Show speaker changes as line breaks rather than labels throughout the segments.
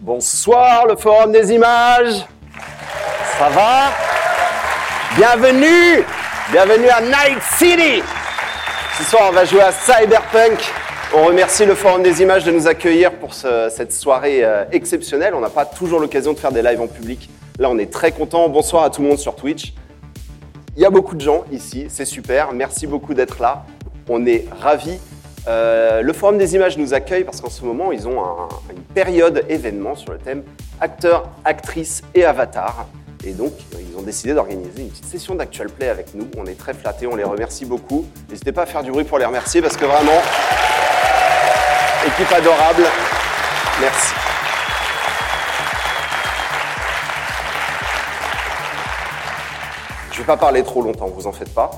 Bonsoir le Forum des images. Ça va Bienvenue Bienvenue à Night City Ce soir on va jouer à Cyberpunk. On remercie le Forum des images de nous accueillir pour ce- cette soirée euh, exceptionnelle. On n'a pas toujours l'occasion de faire des lives en public. Là on est très content. Bonsoir à tout le monde sur Twitch. Il y a beaucoup de gens ici, c'est super. Merci beaucoup d'être là. On est ravis. Euh, le Forum des images nous accueille parce qu'en ce moment, ils ont un- une période événement sur le thème acteurs, actrices et avatars. Et donc, euh, ils ont décidé d'organiser une petite session d'actual play avec nous. On est très flattés, on les remercie beaucoup. N'hésitez pas à faire du bruit pour les remercier parce que vraiment, équipe adorable. Merci. Je ne vais pas parler trop longtemps, vous en faites pas.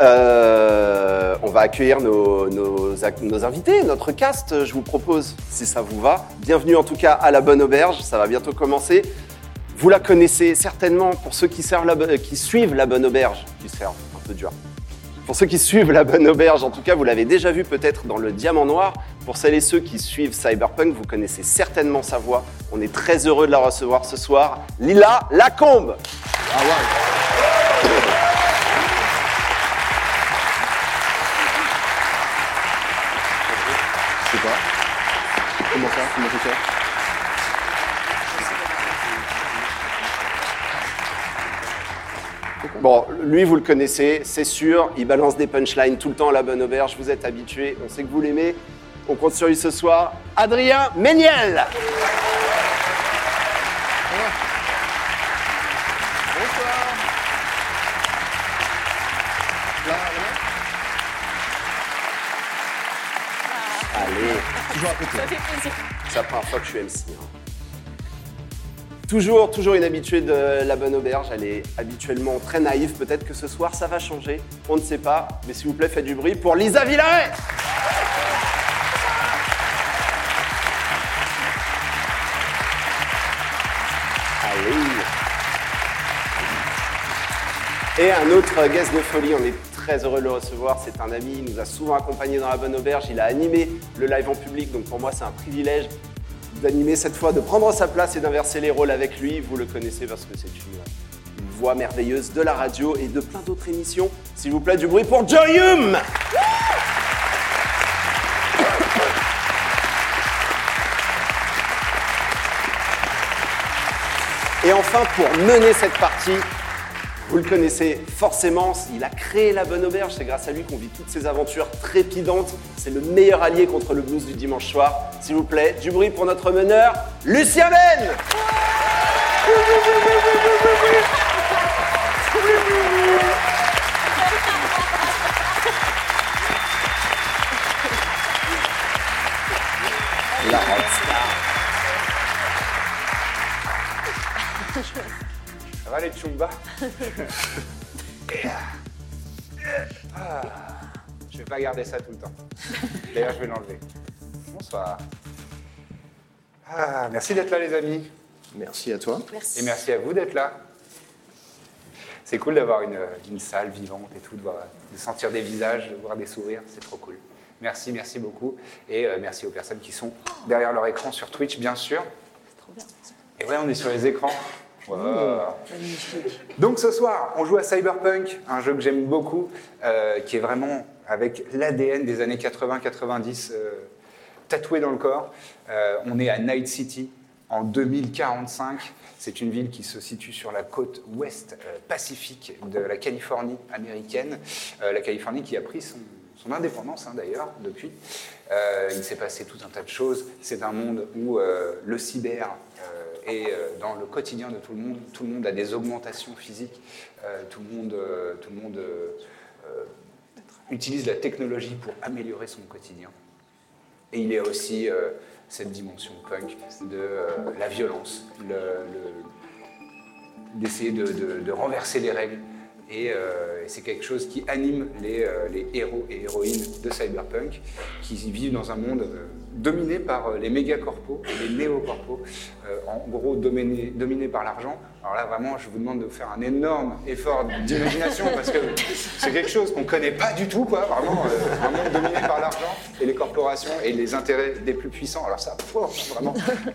Euh, on va accueillir nos, nos ac- nos invités, notre cast, euh, je vous propose, si ça vous va. Bienvenue en tout cas à la bonne auberge, ça va bientôt commencer. Vous la connaissez certainement pour ceux qui, servent la bo- euh, qui suivent la bonne auberge, qui servent, un peu dur. Pour ceux qui suivent la bonne auberge, en tout cas, vous l'avez déjà vu peut-être dans le Diamant Noir. Pour celles et ceux qui suivent Cyberpunk, vous connaissez certainement sa voix. On est très heureux de la recevoir ce soir. Lila Lacombe
Je sais pas. Comment ça Comment c'est ça
Bon, lui, vous le connaissez, c'est sûr. Il balance des punchlines tout le temps à la bonne auberge. Vous êtes habitués, on sait que vous l'aimez. On compte sur lui ce soir. Adrien Méniel Allez C'est la première fois que je suis MC. hein. Toujours, toujours une habituée de la bonne auberge. Elle est habituellement très naïve. Peut-être que ce soir, ça va changer. On ne sait pas. Mais s'il vous plaît, faites du bruit pour Lisa Villaret Ah Allez Et un autre guest de folie, on est très heureux de le recevoir. C'est un ami, il nous a souvent accompagnés dans la bonne auberge. Il a animé le live en public, donc pour moi, c'est un privilège d'animer cette fois, de prendre sa place et d'inverser les rôles avec lui. Vous le connaissez parce que c'est une, une voix merveilleuse de la radio et de plein d'autres émissions. S'il vous plaît, du bruit pour Joyum Et enfin, pour mener cette partie, vous le connaissez forcément, il a créé la bonne auberge, c'est grâce à lui qu'on vit toutes ces aventures trépidantes. C'est le meilleur allié contre le blues du dimanche soir. S'il vous plaît, du bruit pour notre meneur, Lucien Ben La rockstar. Ça va les Chumba
Ah. Je vais pas garder ça tout le temps. D'ailleurs, je vais l'enlever. Bonsoir. Ah, merci d'être là, les amis.
Merci à toi.
Et merci à vous d'être là. C'est cool d'avoir une, une salle vivante et tout, de, voir- de sentir des visages, de voir des sourires. C'est trop cool. Merci, merci beaucoup. Et euh, merci aux personnes qui sont derrière leur écran sur Twitch, bien sûr. Et ouais, on est sur les écrans.
Mmh.
Voilà. Donc ce soir, on joue à Cyberpunk, un jeu que j'aime beaucoup, euh, qui est vraiment avec l'ADN des années 80-90 euh, tatoué dans le corps. Euh, on est à Night City en 2045. C'est une ville qui se situe sur la côte ouest euh, pacifique de la Californie américaine. Euh, la Californie qui a pris son, son indépendance hein, d'ailleurs depuis. Euh, il s'est passé tout un tas de choses. C'est un monde où euh, le cyber euh, est euh, dans le quotidien de tout le monde. Tout le monde a des augmentations physiques. Euh, tout le monde, euh, tout le monde euh, euh, utilise la technologie pour améliorer son quotidien. Et il est aussi euh, cette dimension punk de euh, la violence, le- le- d'essayer de, de- de renverser les règles. Et, euh, et c'est quelque chose qui anime les, euh, les héros et héroïnes de cyberpunk, qui vivent dans un monde euh, dominé par euh, les méga-corpos et les néo-corpos, euh, en gros dominé, dominé par l'argent. Alors là, vraiment, je vous demande de faire un énorme effort d'imagination, parce que c'est quelque chose qu'on ne connaît pas du tout, quoi, vraiment, euh, vraiment dominé par l'argent et les corporations et les intérêts des plus puissants. Alors ça, pff, vraiment,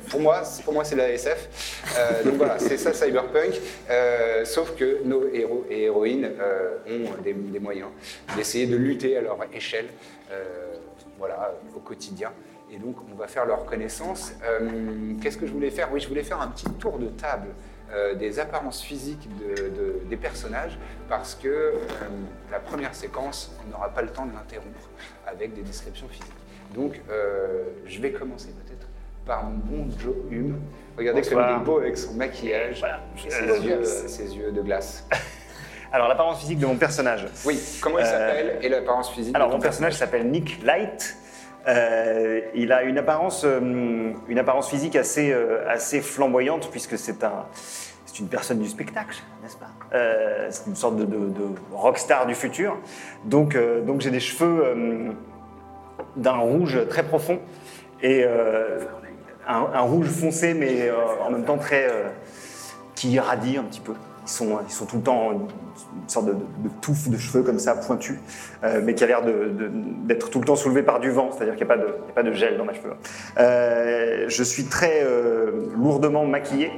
pour moi, c'est- pour moi c'est la SF. Euh, donc voilà, c'est ça Cyberpunk, Euh, sauf que nos héros et héroïnes euh, ont des, des moyens d'essayer de lutter à leur échelle, euh, voilà, au quotidien. Et donc on va faire leur connaissance. Euh, Qu'est-ce que je voulais faire Oui, je voulais faire un petit tour de table. euh, des apparences physiques de- de- des personnages parce que euh, la première séquence, on n'aura pas le temps de l'interrompre avec des descriptions physiques. Donc, euh, je vais commencer peut-être par mon bon Joe Hume. Regardez comme il est beau avec son maquillage
Voilà.
et ses,
Euh,
yeux,
c'est-
ses yeux de glace.
Alors, l'apparence physique de mon personnage.
Oui, comment il
Euh,
s'appelle et l'apparence physique
Alors,
de
mon
ton
personnage s'appelle Nick Light. Euh, il a une apparence, euh, une apparence physique assez, euh, assez flamboyante, puisque c'est un, c'est une personne du spectacle, n'est-ce pas Euh, C'est une sorte de, de- de rockstar du futur. Donc, euh, donc j'ai des cheveux euh, d'un rouge très profond et euh, un, un rouge foncé, mais euh, en même temps très. euh, qui irradient un petit peu. Ils sont, ils sont tout le temps en une sorte de, de- de touffe de cheveux comme ça, pointu, euh, mais qui a l'air de- de- d'être tout le temps soulevé par du vent, c'est-à-dire qu'il n'y a, pas de- il y a pas de gel dans ma cheveux. je suis très euh, lourdement maquillé,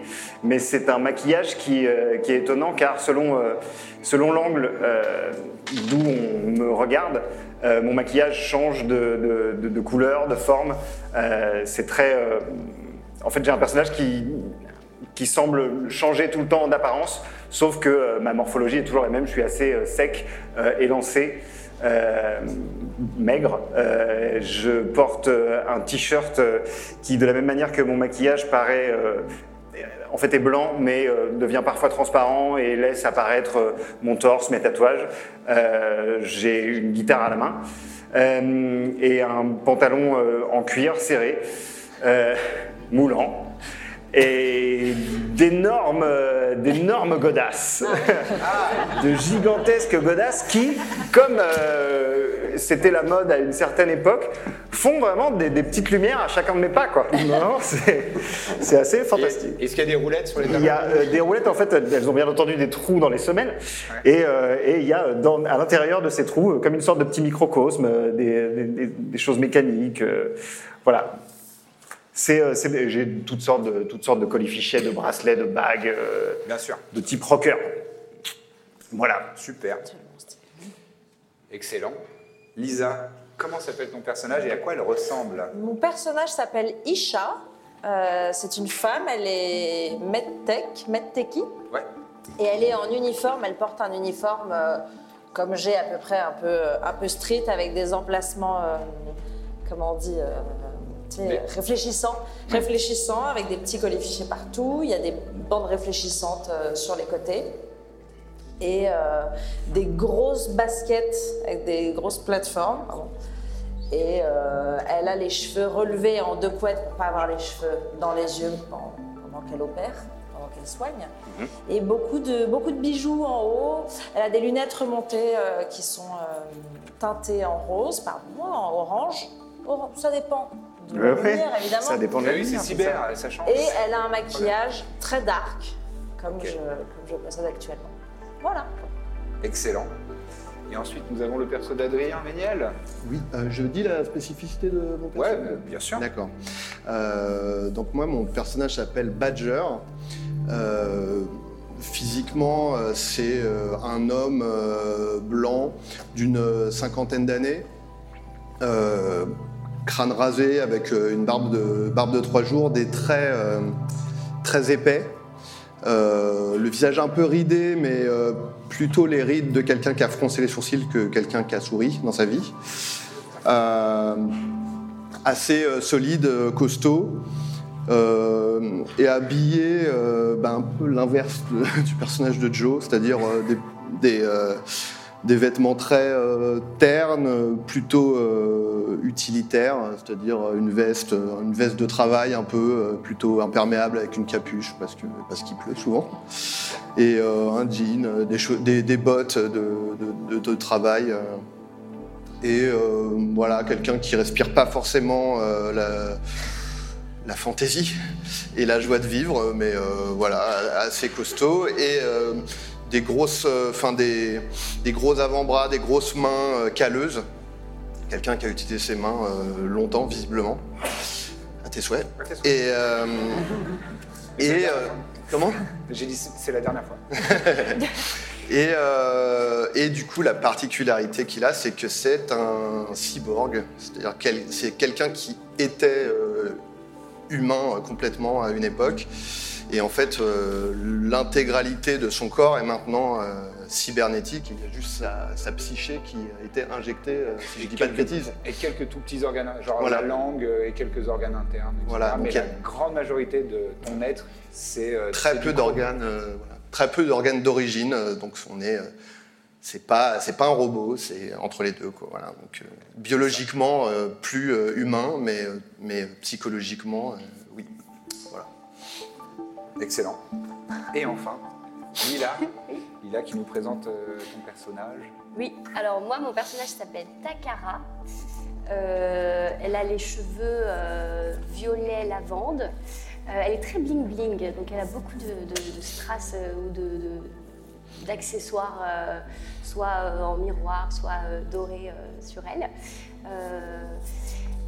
mais c'est un maquillage qui, euh, qui est étonnant car selon euh, selon l'angle euh, d'où on me regarde, euh, mon maquillage change de, de- de- de couleur, de forme. Euh, c'est très. euh, en fait, j'ai un personnage qui qui semble changer tout le temps d'apparence, sauf que euh, ma morphologie est toujours la même. Je suis assez euh, sec, euh, élancé, euh, maigre. Euh, je porte euh, un t-shirt euh, qui, de la même manière que mon maquillage, paraît. euh, en fait est blanc, mais euh, devient parfois transparent et laisse apparaître euh, mon torse, mes tatouages. Euh, J'ai une guitare à la main euh, et un pantalon euh, en cuir serré, euh, moulant. Et d'énormes, euh, d'énormes godasses, de gigantesques godasses qui, comme euh, c'était la mode à une certaine époque, font vraiment des, des petites lumières à chacun de mes pas, quoi. Vraiment, c'est c'est assez fantastique.
personnage Est-ce qu'il y a des roulettes sur les
Il y a euh, des roulettes, en fait, elles ont bien entendu des trous dans les semelles. Et, euh, et il y a euh, dans- à l'intérieur de ces trous, euh, comme une sorte de petit microcosme, euh, des, des- des- des choses mécaniques. euh, voilà. C'est, euh, c'est- j'ai toutes sortes, de, toutes sortes de colifichets, de bracelets, de bagues, euh,
Bien sûr.
de type rocker. Voilà.
Super. Excellent. Lisa, comment s'appelle ton personnage et à quoi elle ressemble
Mon personnage s'appelle Isha. Euh, c'est une femme, elle est medtech, medtechie,
Ouais.
et elle est en uniforme. Elle porte un uniforme euh, comme j'ai à peu près, un peu, un peu street, avec des emplacements, euh, comment on dit, euh, tu sais,
Des-
réfléchissants, réfléchissants, avec des petits colifichets partout. Il y a des bandes réfléchissantes euh, sur les côtés. Et euh, des grosses baskets avec des grosses plateformes. pardon. Et euh, elle a les cheveux relevés en deux couettes pour pas avoir les cheveux dans les yeux pendant, pendant qu'elle opère, pendant qu'elle soigne.
Mhm.
Et beaucoup de, beaucoup de bijoux en haut. Elle a des lunettes remontées euh, qui sont euh, teintées en rose, pardon, en orange. Oran- ça dépend de la
Ouais, ouais.
lumière, évidemment.
Ça dépend
On
de
a
la
vu, c'est
hein,
lumière,
cyber, ça change.
Et elle a un maquillage très dark, comme, je, comme je possède actuellement. Voilà.
Excellent. Et ensuite, nous avons le perso d'Adrien Méniel.
Oui, euh, je dis la spécificité de mon
Ouais,
personnage.
bah, bien sûr.
D'accord. Euh, donc moi, mon personnage s'appelle Badger. Euh, physiquement, euh, c'est euh, un homme euh, blanc d'une euh, cinquantaine d'années, euh, crâne rasé avec euh, une barbe de, barbe de trois jours, des traits euh, très épais, euh, le visage un peu ridé, mais euh, plutôt les rides de quelqu'un qui a froncé les sourcils que quelqu'un qui a souri dans sa vie. Euh, assez euh, solide, euh, costaud, euh, et habillé euh, ben, un peu l'inverse de- du personnage de Joe, c'est-à-dire euh, des, des, euh, des vêtements très euh, ternes, euh, plutôt euh, utilitaires, c'est-à-dire une veste, euh, une veste de travail un peu euh, plutôt imperméable avec une capuche parce que parce qu'il pleut souvent, et euh, un jean, euh, des, cheveux- des, des bottes de, de- de- de travail. euh, et euh, voilà, quelqu'un qui respire pas forcément euh, la, la fantaisie et la joie de vivre, mais euh, voilà, assez costaud. Et euh, des grosses, euh, enfin, des, des gros avant-bras, des grosses mains euh, calleuses. Quelqu'un qui a utilisé ses mains euh, longtemps, visiblement. À tes souhaits.
À tes souhaits.
Et. euh, et. euh, comment
J'ai dit, c'est c'est la dernière fois.
et, euh, et du coup, la particularité qu'il a, c'est que c'est un cyborg. C'est-à-dire quel- c'est quelqu'un qui était euh, humain euh, complètement à une époque. Et en fait, euh, l'intégralité de son corps est maintenant euh, cybernétique. Il y a juste sa, sa psyché qui a été injectée, euh, si je dis pas de bêtises.
Et quelques tout petits organes, genre
Voilà.
la langue euh, et quelques organes internes. etc.
Voilà, donc
Mais
il y a-
la grande majorité de ton être, c'est. euh,
très
c'est
peu
du corps.
d'organes, euh, voilà. très peu d'organes d'origine. euh, donc on est, euh, c'est pas, c'est pas un robot, c'est entre les deux. Quoi, voilà. Donc euh, biologiquement euh, plus euh, humain, mais euh, mais psychologiquement, euh, oui. Voilà.
Excellent. Et enfin, Lila. Lila qui nous présente euh, ton personnage.
Oui, alors moi, mon personnage s'appelle Takara. Euh, elle a les cheveux euh, violet lavande. Euh, elle est très bling bling, donc elle a beaucoup de, de- de strass euh, ou de- de- d'accessoires, euh, soit euh, en miroir, soit euh, dorés euh, sur elle. Euh,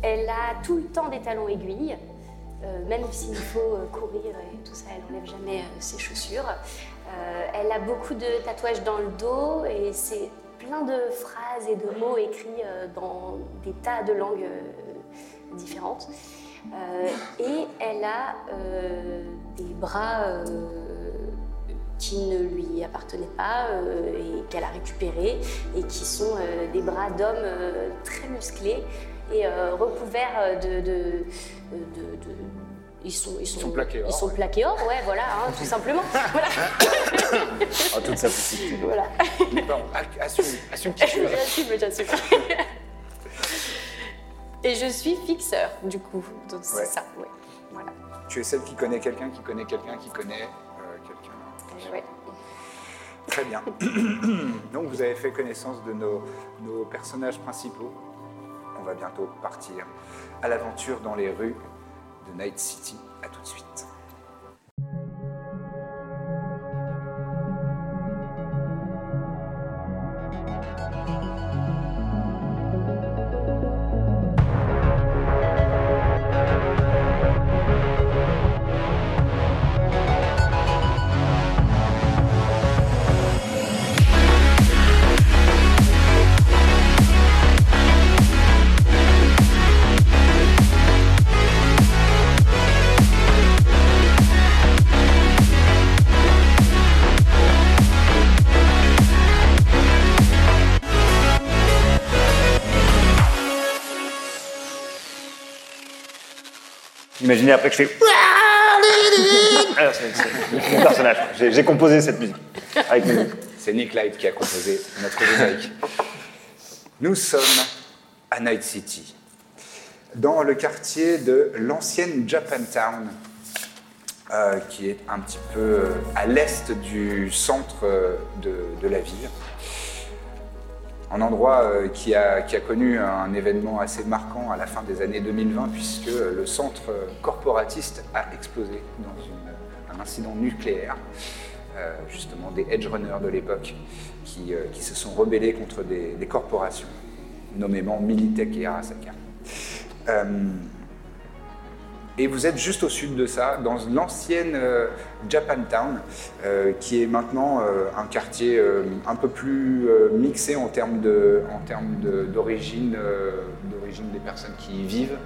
elle a tout le temps des talons aiguilles. Euh, même s'il faut euh, courir et tout ça, elle n'enlève jamais euh, ses chaussures. Euh, elle a beaucoup de tatouages dans le dos et c'est plein de phrases et de mots écrits euh, dans des tas de langues euh, différentes. Euh, et elle a euh, des bras euh, qui ne lui appartenaient pas euh, et qu'elle a récupérés et qui sont euh, des bras d'hommes euh, très musclés et euh, recouverts euh, de, de- de- de- ils sont, ils sont,
sont plaqués or,
Ils sont
ouais.
plaqués or, ouais, voilà, hein, tout simplement. Voilà.
Ah,
En toute simplicité.
Voilà.
Mais pardon, a- assume, assume qui tu es.
J'assume, j'assume. Et je suis fixeur, du coup. Donc c'est
Ouais.
ça, ouais. Voilà.
Tu es celle qui connaît quelqu'un, qui connaît quelqu'un, qui connaît euh, quelqu'un.
Ouais.
Très bien. Donc vous avez fait connaissance de nos, nos personnages principaux. On va bientôt partir à l'aventure dans les rues de Night City. À tout de suite.
Imaginez après que je fais. Alors, c'est- c'est mon personnage. J'ai j'ai composé cette musique. Avec mes mots.
C'est Nick Light qui a composé notre générique. Nous sommes à Night City, dans le quartier de l'ancienne Japantown, euh, qui est un petit peu euh, à l'est du centre euh, de- de la ville. un endroit euh, qui, a, qui a connu un événement assez marquant à la fin des années 2020, puisque euh, le centre euh, corporatiste a explosé dans une- un incident nucléaire. Euh, justement des edge runners de l'époque qui, euh, qui se sont rebellés contre des, des corporations, nommément Militech et Arasaka. Euh, et vous êtes juste au sud de ça, dans l'ancienne euh, Japantown, euh, qui est maintenant euh, un quartier euh, un peu plus euh, mixé en termes de- en termes de- d'origine euh, d'origine des personnes qui y vivent.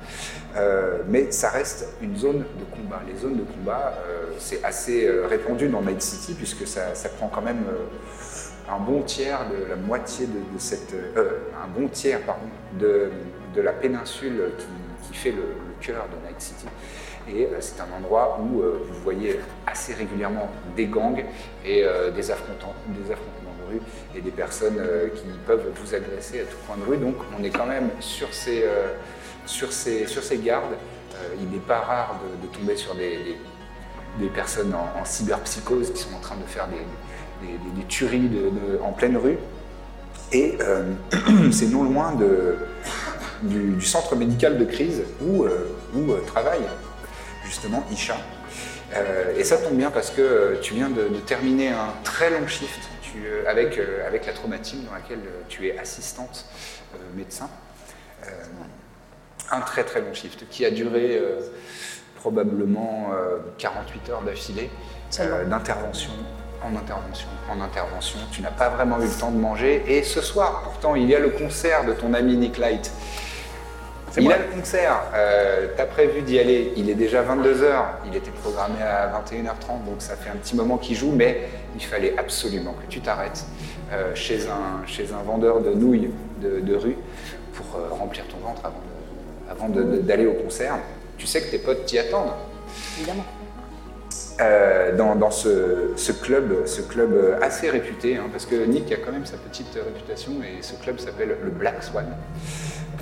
Euh, mais ça reste une zone de combat. Les zones de combat, euh, c'est assez euh, répandu dans Night City, puisque ça, ça prend quand même euh, un bon tiers de la moitié de, de cette. euh, un bon tiers, pardon, de, de la péninsule qui, qui fait le, le cœur de Night City. Et euh, c'est un endroit où euh, vous voyez assez régulièrement des gangs et euh, des affrontements, des affrontements rue et des personnes euh, qui peuvent vous agresser à tout coin de rue. Donc on est quand même sur ces, euh, sur ces, sur ces gardes. Euh, il n'est pas rare de, de tomber sur des, des- des personnes en, en cyberpsychose qui sont en train de faire des, des- des- des tueries de- de- en pleine rue. Et euh, c'est non loin de, du, du centre médical de crise où, euh, où euh, travaille justement Isha. Euh, et ça tombe bien parce que euh, tu viens de, de terminer un très long shift tu, euh, avec, euh, avec la traumatime dans laquelle euh, tu es assistante euh, médecin. Euh, un très très long shift qui a duré euh, probablement euh, 48 heures d'affilée euh, d'intervention en intervention en intervention. Tu n'as pas vraiment eu le temps de manger et ce soir pourtant il y a le concert de ton ami Nick Light. Il a le concert, euh, t'as prévu d'y aller, il est déjà 22h, il était programmé à 21h30, donc ça fait un petit moment qu'il joue, mais il fallait absolument que tu t'arrêtes euh, chez, un, chez un vendeur de nouilles de, de rue pour euh, remplir ton ventre avant de- avant de- de- d'aller au concert. Tu sais que tes potes t'y attendent.
évidemment.
Euh, dans, dans ce, ce club, ce club euh, assez réputé, hein, parce que Nick a quand même sa petite euh, réputation, et ce club s'appelle le Black Swan.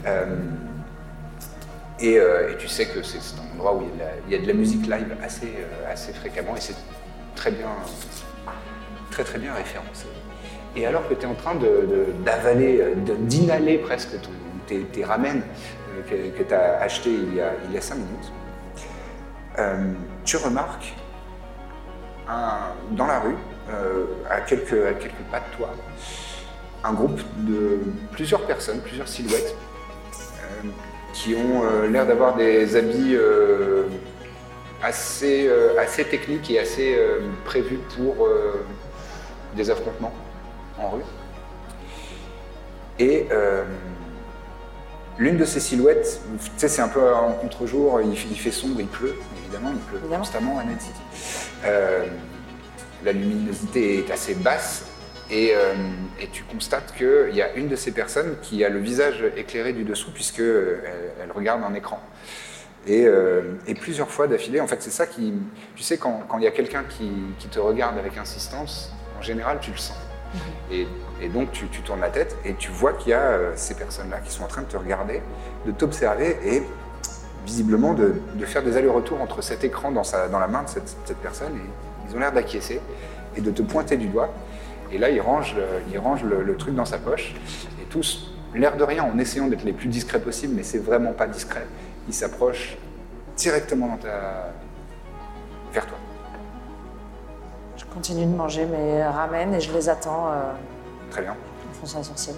Euh, et, euh, et tu sais que c'est c'est un endroit où il y, a de la, il y a de la musique live assez, euh, assez fréquemment, et c'est très bien, très très bien référencé. Et alors que tu es en train de- de- d'avaler, euh, de- d'inhaler presque ton- tes, tes ramen euh, que, tu as acheté il y a, il y a cinq minutes, euh, tu remarques un- dans la rue, euh, à, quelques, à quelques pas de toi, un groupe de plusieurs personnes, plusieurs silhouettes, euh, qui ont euh, l'air d'avoir des habits euh, assez, euh, assez techniques et assez euh, prévus pour euh, des affrontements en rue. Et euh, l'une de ces silhouettes, tu sais, c'est un peu en contre-jour, il, fait- il fait sombre, il pleut, évidemment, il pleut
Évidemment.
constamment à Night City. Euh, la luminosité est assez basse et, euh, et tu constates qu'il y a une de ces personnes qui a le visage éclairé du dessous puisque euh, elle, elle regarde un écran. Et, euh, et plusieurs fois d'affilée, en fait, c'est ça qui. Tu sais, quand quand il y a quelqu'un qui, qui te regarde avec insistance, en général, tu le sens. Et, et donc, tu, tu tournes la tête et tu vois qu'il y a euh, ces personnes-là qui sont en train de te regarder, de t'observer et visiblement de, de faire des allers-retours entre cet écran dans, sa- dans la main de cette, cette personne. Et ils ont l'air d'acquiescer et de te pointer du doigt. Et là, ils rangent, euh, ils rangent le, le truc dans sa poche. Et tous, l'air de rien, en essayant d'être les plus discrets possible, mais c'est vraiment pas discret, ils s'approchent directement dans ta... vers toi.
Je continue de manger mes ramen et je les attends euh,
Très bien.
en fronçant les sourcils.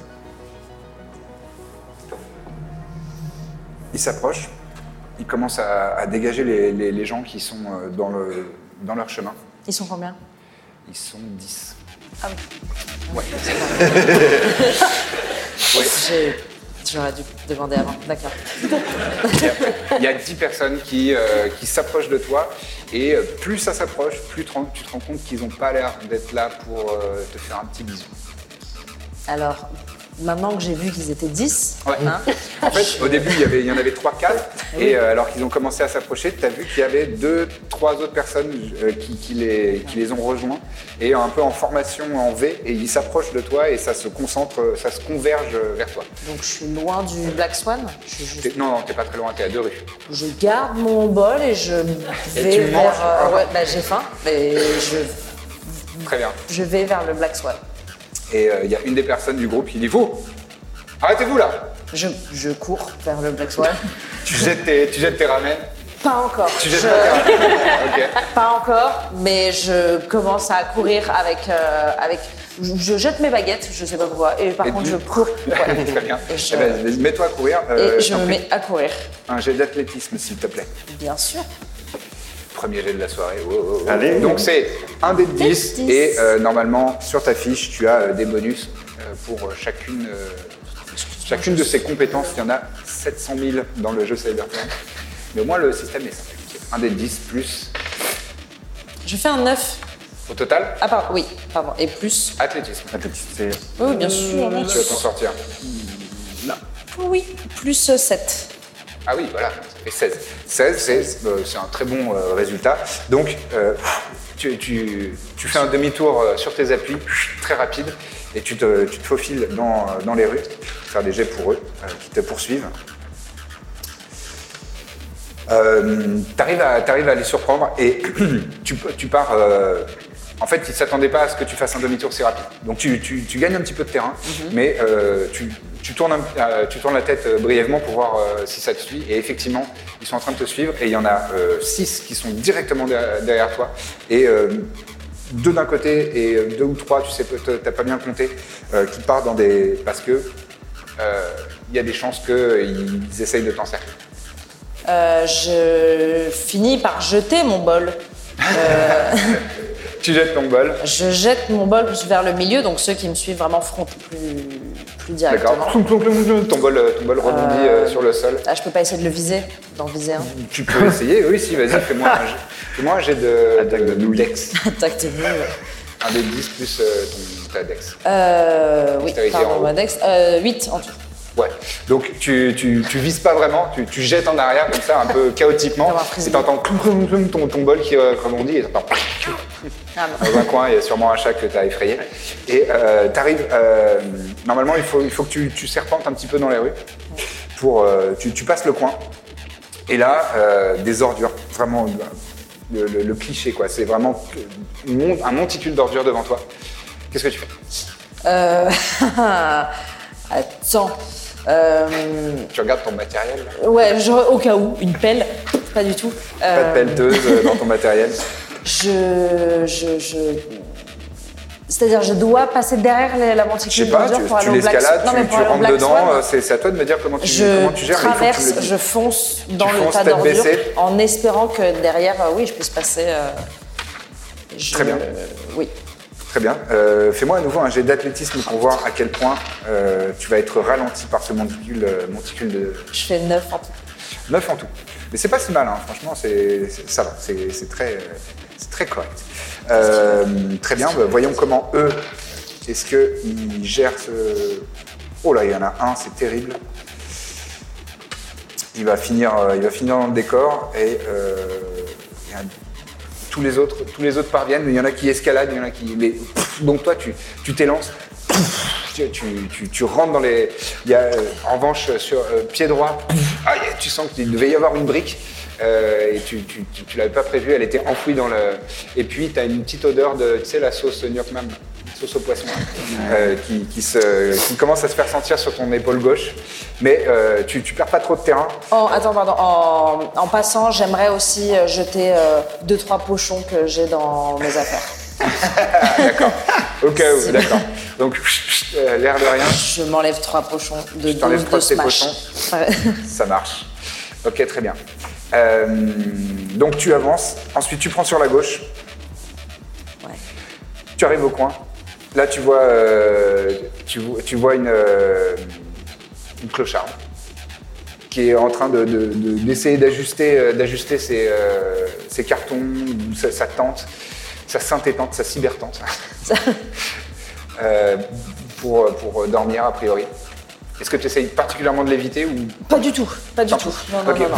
Il s'approche, il commence à, à dégager les, les- les gens qui sont euh, dans, le- dans leur chemin.
Ils sont combien
Ils sont 10.
J'ai- J'aurais dû demander avant, d'accord.
Il y a 10 personnes qui, euh, qui s'approchent de toi et euh, plus ça s'approche, plus te rends- tu te rends compte qu'ils n'ont pas l'air d'être là pour euh, te faire un petit bisou.
Alors, maintenant que j'ai vu qu'ils étaient 10,
Ouais.
hein,
En fait, au début, il y, avait- il y en avait 3-4.
Oui.
Et euh, alors qu'ils ont commencé à s'approcher, tu as vu qu'il y avait deux, trois autres personnes euh, qui, qui les, qui les ont rejoints. Et un peu en formation en V. Et ils s'approchent de toi et ça se concentre, ça se converge euh, vers toi.
donc je suis loin du Black Swan. Je, je-
T'es- non, non, t'es pas très loin, t'es à deux rues.
je garde mon bol et je vais
tu manges,
vers. euh,
hein.
ouais, bah, j'ai faim et je,
Très bien.
je vais vers le Black Swan.
Et euh, il y a une des personnes du groupe qui dit Vous Arrêtez-vous là
Je, je cours vers le Black Swan.
Tu jettes tes, tu jettes tes ramènes.
Pas encore.
Tu jettes
Je-
pas tes ramènes. Ok.
Pas encore, mais je commence à courir avec. euh, avec je, je jette mes baguettes, je sais pas pourquoi, et par
Et
contre
tu-
je cours. Ouais.
Très bien.
Et je,
Eh ben, vas-y, mets-toi à courir. euh,
et je
t'en
me
prie.
mets à courir,
Un jet d'athlétisme, s'il te plaît.
bien sûr.
Premier jet de la soirée. Oh, oh, oh.
Allez.
Donc c'est un dé de 10
Dix.
et euh, normalement sur ta fiche tu as euh, des bonus euh, pour euh, chacune, euh, chacune de ces compétences. Il y en a 700 000 dans le jeu Cyberpunk. Mais au moins le système est simple. Un dé de 10 plus
Je fais un 9.
au total
Ah, pardon, oui, pardon, et plus.
athlétisme.
Oui, bien sûr.
Tu vas t'en sortir.
Oh,
Oui, plus euh, 7.
Ah oui, voilà, ça fait 16. 16, c'est euh, c'est un très bon euh, résultat. Donc, euh, tu, tu- tu fais un demi-tour euh, sur tes appuis, très rapide, et tu te, tu te faufiles dans, euh, dans les rues, faire des jets pour eux, euh, qui te poursuivent. Euh, t'arrives à, t'arrives à les surprendre et tu, tu pars. euh, en fait, ils ne s'attendaient pas à ce que tu fasses un demi-tour si rapide. Donc tu, tu- tu gagnes un petit peu de terrain, mais euh, tu, tu tournes un- euh, tu tournes la tête euh, brièvement pour voir euh, si ça te suit. Et effectivement, ils sont en train de te suivre et il y en a euh, six qui sont directement derrière, derrière toi. Et euh, deux d'un côté et euh, deux ou trois, tu sais, peut- t'as pas bien compté, euh, qui partent dans des. parce que euh, il y a des chances qu'ils essayent de t'encercler.
Euh, je finis par jeter mon bol.
Tu jettes ton bol.
Je jette mon bol vers le milieu, donc ceux qui me suivent vraiment frontent plus, plus directement.
D'accord. Cloum, cloum, cloum, cloum. Ton bol, euh, ton bol rebondit euh, sur le sol.
Ah, je peux pas essayer de le viser, d'en viser un.
Tu peux essayer. Oui, si, vas-y, fais-moi un jet. Fais-moi un jet de, Attaque de, dex.
Tac, t'es venu, ouais.
Un des 10 plus euh, ton, ta dex.
Euh, oui,
Dextérité en
pardon,
haut.
ma dex. Euh, 8 en tout.
Ouais. Donc tu, tu, tu vises pas vraiment, tu, tu jettes en arrière comme ça, un peu chaotiquement.
Comme un prisonnier.
Et t'entends cloum, cloum, cloum, ton, ton bol qui euh, rebondit et t'entends
Ah, bon.
dans un coin, il y a sûrement un chat que tu as effrayé. Et euh, t'arrives, euh, normalement, il faut, il faut que tu, tu serpentes un petit peu dans les rues. Pour, euh, tu, tu passes le coin. Et là, euh, des ordures, vraiment le, le- le cliché, quoi. C'est vraiment une mon- un monticule d'ordures devant toi. Qu'est-ce que tu fais
Euh, Attends. Euh,
Tu regardes ton matériel
Ouais, genre, au cas où, une pelle. Pas du tout. Euh,
Pas de pelleteuse euh, dans ton matériel.
Je. je, je... C'est-à-dire, je dois passer derrière la la
Je sais
monticule
pas,
d'ordures
tu,
pour aller
tu
au Black
l'escalades,
Swan. Non, mais
tu, tu
pour aller au
rentres
Black
dedans.
Swan,
euh, C'est c'est à toi de me dire comment tu,
Je
comment tu gères. mais il faut que tu
traverse,
le dises.
je fonce dans
Tu
le
fonces
tas
tête
d'ordures
baissée.
en espérant que derrière, euh, oui, je puisse passer. euh, je-
Très bien.
Oui.
Très bien. Euh, Fais-moi à nouveau un jet d'athlétisme pour voir à quel point euh, tu vas être ralenti par ce monticule, euh, monticule de
Je fais 9 en tout.
9 en tout. Mais c'est pas si mal, hein. franchement, c'est c'est- ça va, c'est c'est très, euh, c'est très correct. Euh, très bien, bah, voyons comment eux, est-ce qu'ils gèrent ce... Oh là, il y en a un, c'est terrible. Il va, finir, euh, il va finir dans le décor et euh, il y a- tous, les autres, tous les autres parviennent, mais il y en a qui escaladent, il y en a qui... mais, pff, donc toi, tu tu t'élances, tu, tu- tu- tu rentres dans les. il y a, euh, en revanche, sur euh, pied droit, pouf, aïe, tu sens qu'il devait y avoir une brique. euh, et tu, tu, tu- tu l'avais pas prévu, elle était enfouie dans le. Et puis, tu as une petite odeur de, tu sais, la sauce Nyokmam, sauce au poisson, euh, qui, qui se, qui commence à se faire sentir sur ton épaule gauche. Mais euh, tu, tu perds pas trop de terrain.
En, attends, pardon. En, en passant, j'aimerais aussi euh, jeter 2 deux trois pochons que j'ai dans mes affaires.
Au cas où,
C'est-
d'accord. Donc, euh, l'air de rien,
Je m'enlève trois pochons de
Je t'enlève
douze
trois
de
de tes
smash.
ça marche. Ok, très bien. Euh, donc, tu avances. Ensuite, tu prends sur la gauche.
Ouais.
Tu arrives au coin. Là, tu vois, euh, tu, vois- tu vois une, euh, une clocharde qui est en train de- de- de- d'essayer d'ajuster euh, d'ajuster ses, euh, ses cartons, ou sa, sa tente, sa synthé-tente, sa cyber-tente euh, pour, pour dormir, a priori. Est-ce que tu essayes particulièrement de l'éviter ou
Pas du tout, pas du tout. Non, non,
Ok.
non, non.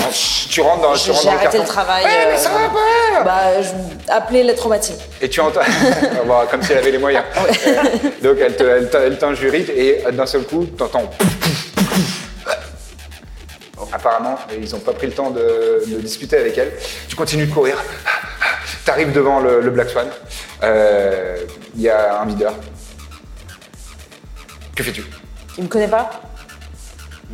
Tu rentres dans, tu
J'ai
rentres
j'ai
dans
arrêté
carton.
le travail.
Ouais, mais
euh,
ça va pas
Bah, je... appelez les traumatiques.
Et tu entends, Bon, comme si elle avait les moyens.
Ah,
Euh, donc elle te- elle te- elle t'injurite et euh, d'un seul coup, t'entends. Apparemment, ils n'ont pas pris le temps de, de discuter avec elle. Tu continues de courir. T'arrives devant le, le Black Swan. Euh, Il y a un videur. Que fais-tu
Il me connaît pas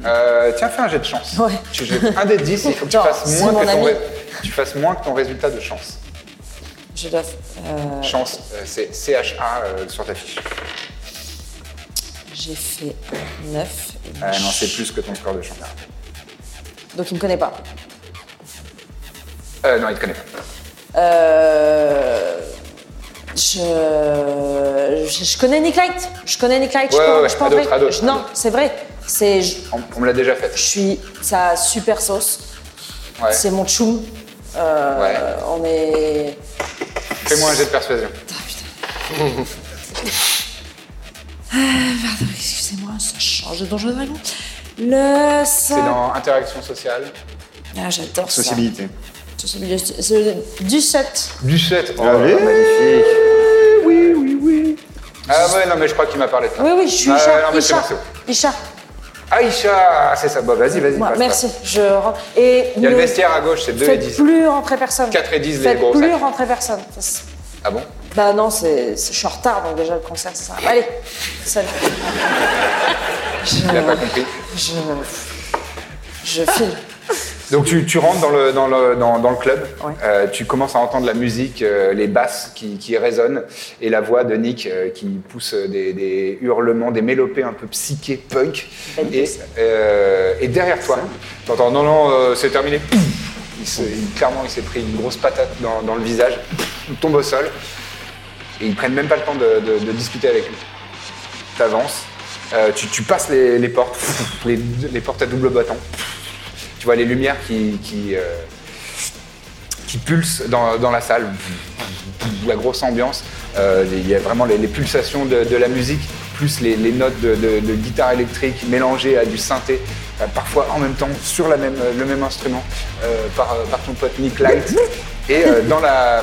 Euh, Tiens, fais un jet de chance.
Ouais.
Tu jettes un des 10, il faut que tu
Genre,
fasses,
si
moins
mon
que ton
ami-
ré- tu fasses moins que ton résultat de chance.
Je dois. euh,
Chance, euh, c'est CHA euh, sur ta fiche.
J'ai fait 9.
Ah non, c'est plus que ton score de chance.
Donc il me connaît pas.
Euh, non, il te connaît pas.
Euh, Je... je je connais Nick Light. Je connais Nick Light.
Ouais,
je peux,
ouais, ouais,
je peux
à
en
d'autres,
vrai-
à d'autres,
je-
à
Non,
d'autres.
c'est vrai. C'est je,
On, on me l'a déjà fait.
je suis sa super sauce.
Ouais.
C'est mon chum. Euh,
Ouais.
On est. Ah,
Fais-moi un jet de persuasion.
Ah, Excusez-moi, ça change de donjon de dragon. Le
C'est
ça.
dans interaction sociale.
Ah, j'adore ça.
Sociabilité.
C'est le- c'est le 17.
Du 7. Oh,
Allez.
magnifique.
Oui, oui, oui.
Ah ouais, non, mais je crois qu'il m'a parlé de ça.
Oui, oui, je suis
Ah,
Isha.
non, mais c'est
Isha.
bon, c'est bon.
Isha.
Aïcha, c'est ça. Bah, vas-y, vas-y.
Moi,
passe,
merci. Je... rentre. Et
Il y a le
ne-
vestiaire à gauche, c'est 2 et
Faites
10.
plus rentrer personne.
4 et 10, les
Faites
gros
plus
sacs.
rentrer personne. Parce-
Ah bon
Bah non, c'est, c'est- je suis en retard, donc déjà le concert, c'est ça. Allez, salut.
Il n'a pas compris.
Je, je file.
Donc tu, tu rentres dans le, dans le, dans, dans le club, Euh, tu commences à entendre la musique, euh, les basses qui, qui résonnent et la voix de Nick euh, qui pousse des, des hurlements, des mélopées un peu psyché punk. Et, euh, et derrière toi, tu entends non, non, euh, c'est terminé. Pouf Il se- il- clairement, il s'est pris une grosse patate dans, dans le visage, Pouf il tombe au sol et ils prennent même pas le temps de, de- de discuter avec lui. T'avances, euh, tu, tu passes les, les portes, Pouf les, les portes à double battant tu vois les lumières qui, qui, euh, qui pulsent dans, dans la salle. La grosse ambiance. Euh, Il y a vraiment les, les pulsations de, de la musique, plus les, les notes de, de- de guitare électrique mélangées à du synthé, euh, parfois en même temps sur la même, le même instrument, euh, par, euh, par ton pote Nick Light. Et euh, dans, la,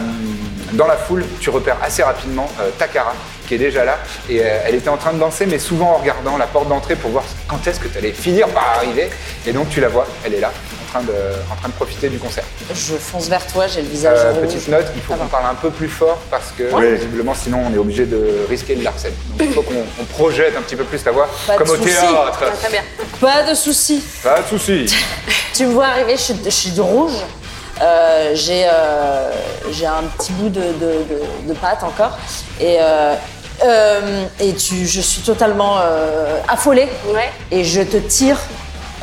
dans la foule, tu repères assez rapidement euh, Takara, qui est déjà là. Et euh, elle était en train de danser, mais souvent en regardant la porte d'entrée pour voir quand est-ce que tu allais finir par arriver. Et donc tu la vois, elle est là, en train de, en train de profiter du concert.
Je fonce vers toi, j'ai le visage
Euh,
rouge.
petite note, il faut
Ah
qu'on
bon.
parle un peu plus fort parce que visiblement sinon on est obligé de risquer de l'arsène. Donc il faut qu'on on projette un petit peu plus la voix,
Pas de
comme au
soucis.
théâtre.
Ah, Très bien.
Pas de soucis.
Pas de soucis.
Tu me vois arriver, je suis, je suis de rouge. Euh, j'ai, euh, j'ai un petit bout de, de, de- de pâte encore. Et, euh, euh, et tu, je suis totalement euh, affolée.
Ouais.
Et je te tire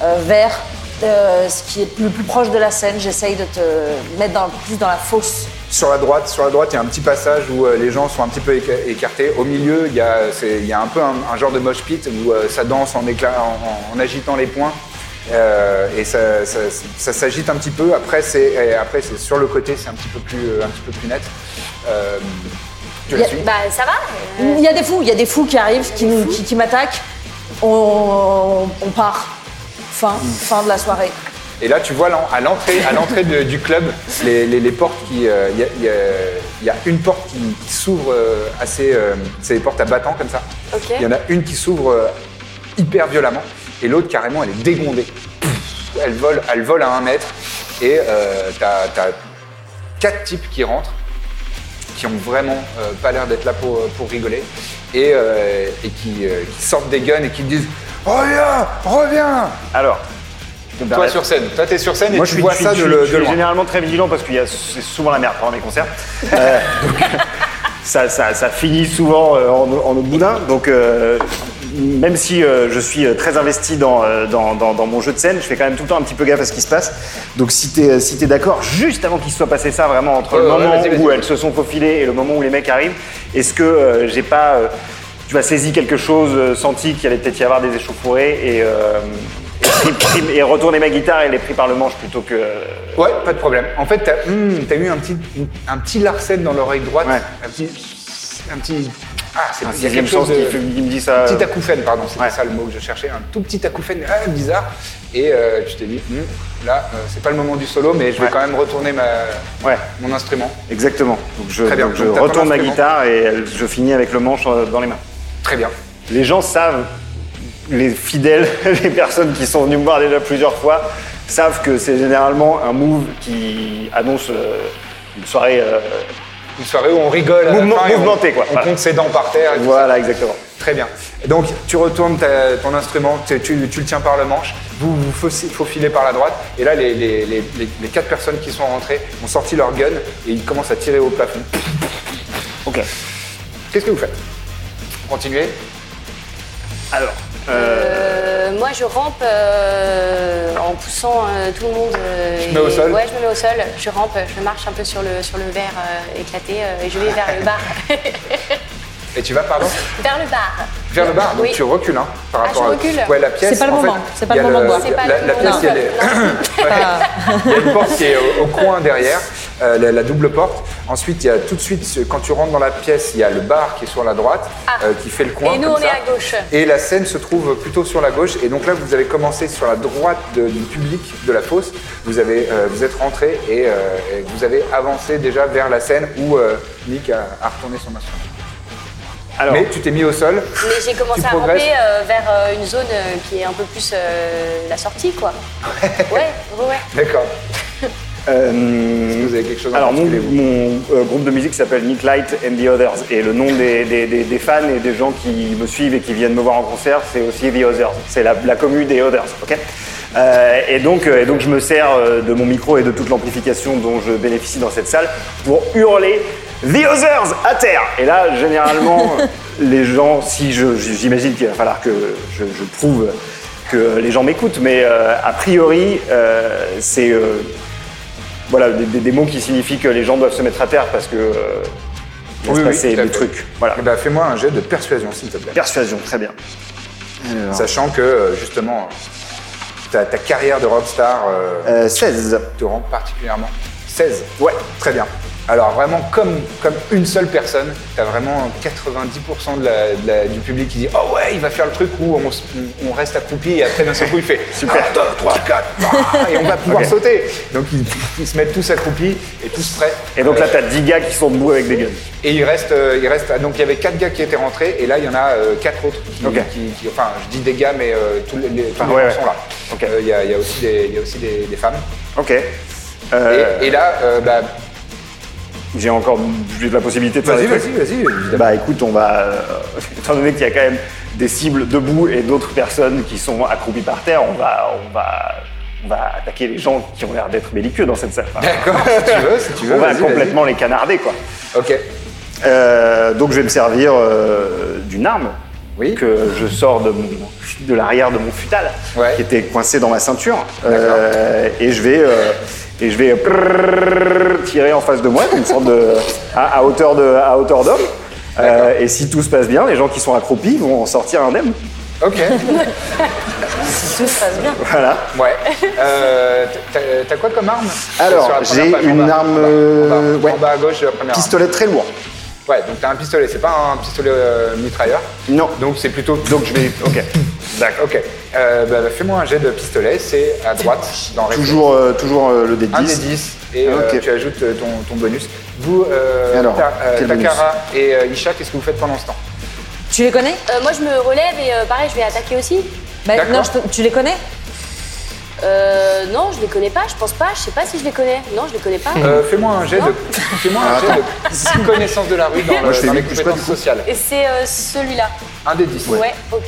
euh, vers euh, ce qui est le plus proche de la scène. J'essaye de te mettre dans, plus dans la fosse.
Sur la droite, sur la droite, il y a un petit passage où euh, les gens sont un petit peu éca- écartés. Au milieu, il y a, c'est- il y a un peu un, un genre de mosh pit où euh, ça danse en, éclat, en, en- en agitant les poings. Euh, et ça, ça- ça s'agite un petit peu. Après, c'est et après c'est sur le côté, c'est un petit peu plus, euh, un petit peu plus net. Euh, tu la suis
Bah, ça va euh,
Il y a des fous, il y a des fous qui arrivent, qui, nous- qui, qui m'attaquent. On, on part. Fin,
Mm.
fin de la soirée.
Et là, tu vois là, à l'entrée, à l'entrée de- du club, les, les- les portes qui, euh, il y a- il y, a- il y a une porte qui, qui s'ouvre euh, assez, euh, c'est des portes à battants comme ça.
Ok.
Il y en a une qui s'ouvre euh, hyper violemment et l'autre carrément, elle est dégondée. Pff, Elle vole, elle vole à un mètre et euh, t'as, t'as quatre types qui rentrent qui ont vraiment euh, pas l'air d'être là pour, pour rigoler et, euh, et qui, euh, qui sortent des guns et qui disent reviens, reviens.
Alors.
Toi sur scène, toi t'es sur scène et
Moi,
tu
je suis,
vois
je suis-
ça de,
je suis-
le-
je
de
suis
loin.
généralement très vigilant parce qu'il y a c'est souvent la merde pendant mes concerts. Euh, donc, ça, ça- ça finit souvent euh, en, en autre boudin. Donc, euh, même si euh, je suis euh, très investi dans, euh, dans, dans- dans mon jeu de scène, je fais quand même tout le temps un petit peu gaffe à ce qui se passe. Donc, si t'es euh, si t'es d'accord, juste avant qu'il se soit passé ça, vraiment entre le
Ouais, ouais,
moment
vas-y, vas-y.
où elles se sont faufilées et le moment où les mecs arrivent, est-ce que euh, j'ai pas. euh, tu m'as saisi quelque chose, euh, senti qu'il allait peut-être y avoir des échauffourées et, euh, et, pris- pris- et retourné ma guitare et les pris par le manche plutôt que. euh,
Ouais, pas de problème. En fait, t'as hmm, t'as eu un petit, un petit larcène dans l'oreille droite.
Ouais.
Un petit. Un petit. Ah, c'est
Un
il y a
sixième
quelque chose
sens qui
de-
fait- qui me dit ça. euh,
Petit acouphène, pardon, c'était
Ouais.
ça le mot que je cherchais. Un tout petit acouphène ah, bizarre. Et euh, tu t'es dit, hmm, là, euh, c'est pas le moment du solo, mais je vais
Ouais.
quand même retourner ma,
Ouais.
mon instrument.
Exactement. Donc je,
Très bien.
donc je
Donc t'as ton
retourne ma
instrument.
guitare et elle- je finis avec le manche euh, dans les mains.
Très bien.
Les gens savent, les fidèles, les personnes qui sont venues me voir déjà plusieurs fois, savent que c'est généralement un move qui annonce euh, une soirée. euh,
Une soirée où on rigole. à la
Mouvement-
fin et on-
mouvementée, quoi.
On
Voilà.
compte ses dents par terre. et tout ça.
voilà, exactement.
Très bien. Donc tu retournes ta- ton instrument, tu, tu- tu le tiens par le manche, vous vous fauci- faufilez par la droite, et là les, les- les- les- les quatre personnes qui sont rentrées ont sorti leur gun et ils commencent à tirer au plafond.
Ok.
Qu'est-ce que vous faites Continuez
Alors,
Euh, moi, je rampe euh, en poussant euh, tout le monde. euh,
Tu te mets au
et-
sol
Ouais, je me mets au sol. Je rampe, je marche un peu sur le, sur le verre euh, éclaté euh, et je vais vers le bar.
Et tu vas, pardon
vers le bar.
Vers le bar, donc
Oui.
tu recules hein, par
Ah,
rapport
je
à.
recule
Ouais, la pièce.
C'est pas le
en fait,
moment, c'est pas
il y a
le moment de boire.
C'est pas
La,
le
la
moment.
pièce, elle est. Ouais. Il y a une porte qui est au, au coin derrière. euh, la, la double porte. Ensuite, il y a tout de suite, ce- quand tu rentres dans la pièce, il y a le bar qui est sur la droite, euh, qui fait le coin.
Ah. Et nous,
comme
on est
ça.
à gauche.
Et la scène se trouve plutôt sur la gauche. Et donc là, vous avez commencé sur la droite de- du public de la fosse. Vous, avez, euh, vous êtes rentré et, euh, et vous avez avancé déjà vers la scène où euh, Nick a, a retourné son instrument.
Alors,
Mais tu t'es mis au sol.
Mais j'ai commencé
Tu
à
progresses.
ramper euh, vers euh, une zone euh, qui est un peu plus euh, la sortie, quoi. Ouais, ouais, ouais.
D'accord.
euh,
Est-ce que vous avez quelque chose à
Alors, mon,
particulier, vous
mon, euh, groupe de musique s'appelle Nick Light and the Others. Et le nom des, des- des- des fans et des gens qui me suivent et qui viennent me voir en concert, c'est aussi The Others. C'est la, la commu des Others. ok Euh, et, donc, euh, et donc, je me sers euh, de mon micro et de toute l'amplification dont je bénéficie dans cette salle pour hurler The Others à terre. Et là, généralement, les gens, si je- j'imagine qu'il va falloir que je, je prouve que les gens m'écoutent, mais euh, a priori, euh, c'est. euh, voilà, des, des- des mots qui signifient que les gens doivent se mettre à terre parce que euh, il va se passer
tout à
des
fait.
trucs. Voilà.
Eh ben, Fais-moi un jet de persuasion, s'il te plaît.
Persuasion, très bien.
Sachant que, euh, justement, ta, ta carrière de rockstar euh,
Euh, 16.
te rend particulièrement. 16 Ouais, très bien. Alors, vraiment, comme, comme une seule personne, t'as vraiment 90% de la- de la- du public qui dit Oh ouais, il va faire le truc où on, s- on- on reste accroupi et après, d'un seul coup, il fait
Super.
1, 2, 3, 4, bah, et on va pouvoir
Ok.
sauter. Donc, ils, ils se mettent tous accroupis et tous prêts.
Et donc là,
Euh,
t'as 10 gars qui sont debout avec des guns.
et il reste, euh, il reste, donc il y avait quatre gars qui étaient rentrés et là il y en a euh, quatre autres qui,
Ok.
qui- qui- enfin je dis des gars mais euh, tous les, les- tous les
Ouais,
gens
ouais.
sont là.
Ok.
Euh, Il y, a- il y a aussi des, il y a aussi des, des femmes.
Ok. Euh,
Et, et là, euh, bah,
J'ai encore j'ai de la possibilité de faire
vas-y,
des trucs.
vas-y, vas-y. évidemment.
Bah écoute, on va. euh, étant donné qu'il y a quand même des cibles debout et d'autres personnes qui sont accroupies par terre, on va, on va, on va attaquer les gens qui ont l'air d'être belliqueux dans cette salle. Enfin,
D'accord, si tu veux, si tu veux.
on va
vas-y,
complètement les canarder, quoi.
vas-y. Ok.
Euh, donc je vais me servir euh, d'une arme
Oui.
que je sors de, mon- de l'arrière de mon futal
Ouais.
qui était coincé dans ma ceinture
D'accord.
Euh, et je vais euh, et je vais prrrr tirer en face de moi une sorte de à, à hauteur de à hauteur d'homme Euh, et si tout se passe bien, les gens qui sont accroupis vont en sortir indemnes.
Ok.
Tout se passe bien.
Voilà.
Ouais. Euh, t'as- t'as quoi comme arme
Alors,
Sur la première
j'ai
page, en
une
bas, en
arme,
bas, en bas,
euh,
En bas,
ouais.
à gauche, la première. arme.
Pistolet très lourd.
Ouais, donc t'as un pistolet, c'est pas un pistolet euh, mitrailleur.
Non.
Donc c'est plutôt. Donc je vais. Ok. D'accord. Ok. Euh, bah, fais-moi un jet de pistolet, c'est à droite dans Reflex.
Toujours euh, toujours euh, le dé de
Un
10.
des 10 et
Ah,
euh,
ok.
tu ajoutes euh, ton, ton bonus. Vous, euh,
Alors,
Ta- euh,
quel
Takara et euh, Isha, qu'est-ce que vous faites pendant ce temps
Tu les connais
Euh, moi, je me relève et euh, pareil, je vais attaquer aussi.
Bah,
D'accord.
non, je te- Tu les connais
Euh, non, je les connais pas, je pense pas, je sais pas si je les connais. Non, je les connais pas.
Euh, Fais-moi un jet de,
Ah.
fais-moi un jet de connaissance de la rue dans, le-
je fais
dans les
vite, je sais pas
compétences sociales.
Et c'est euh, celui-là.
Un des 10.
Ouais. ok.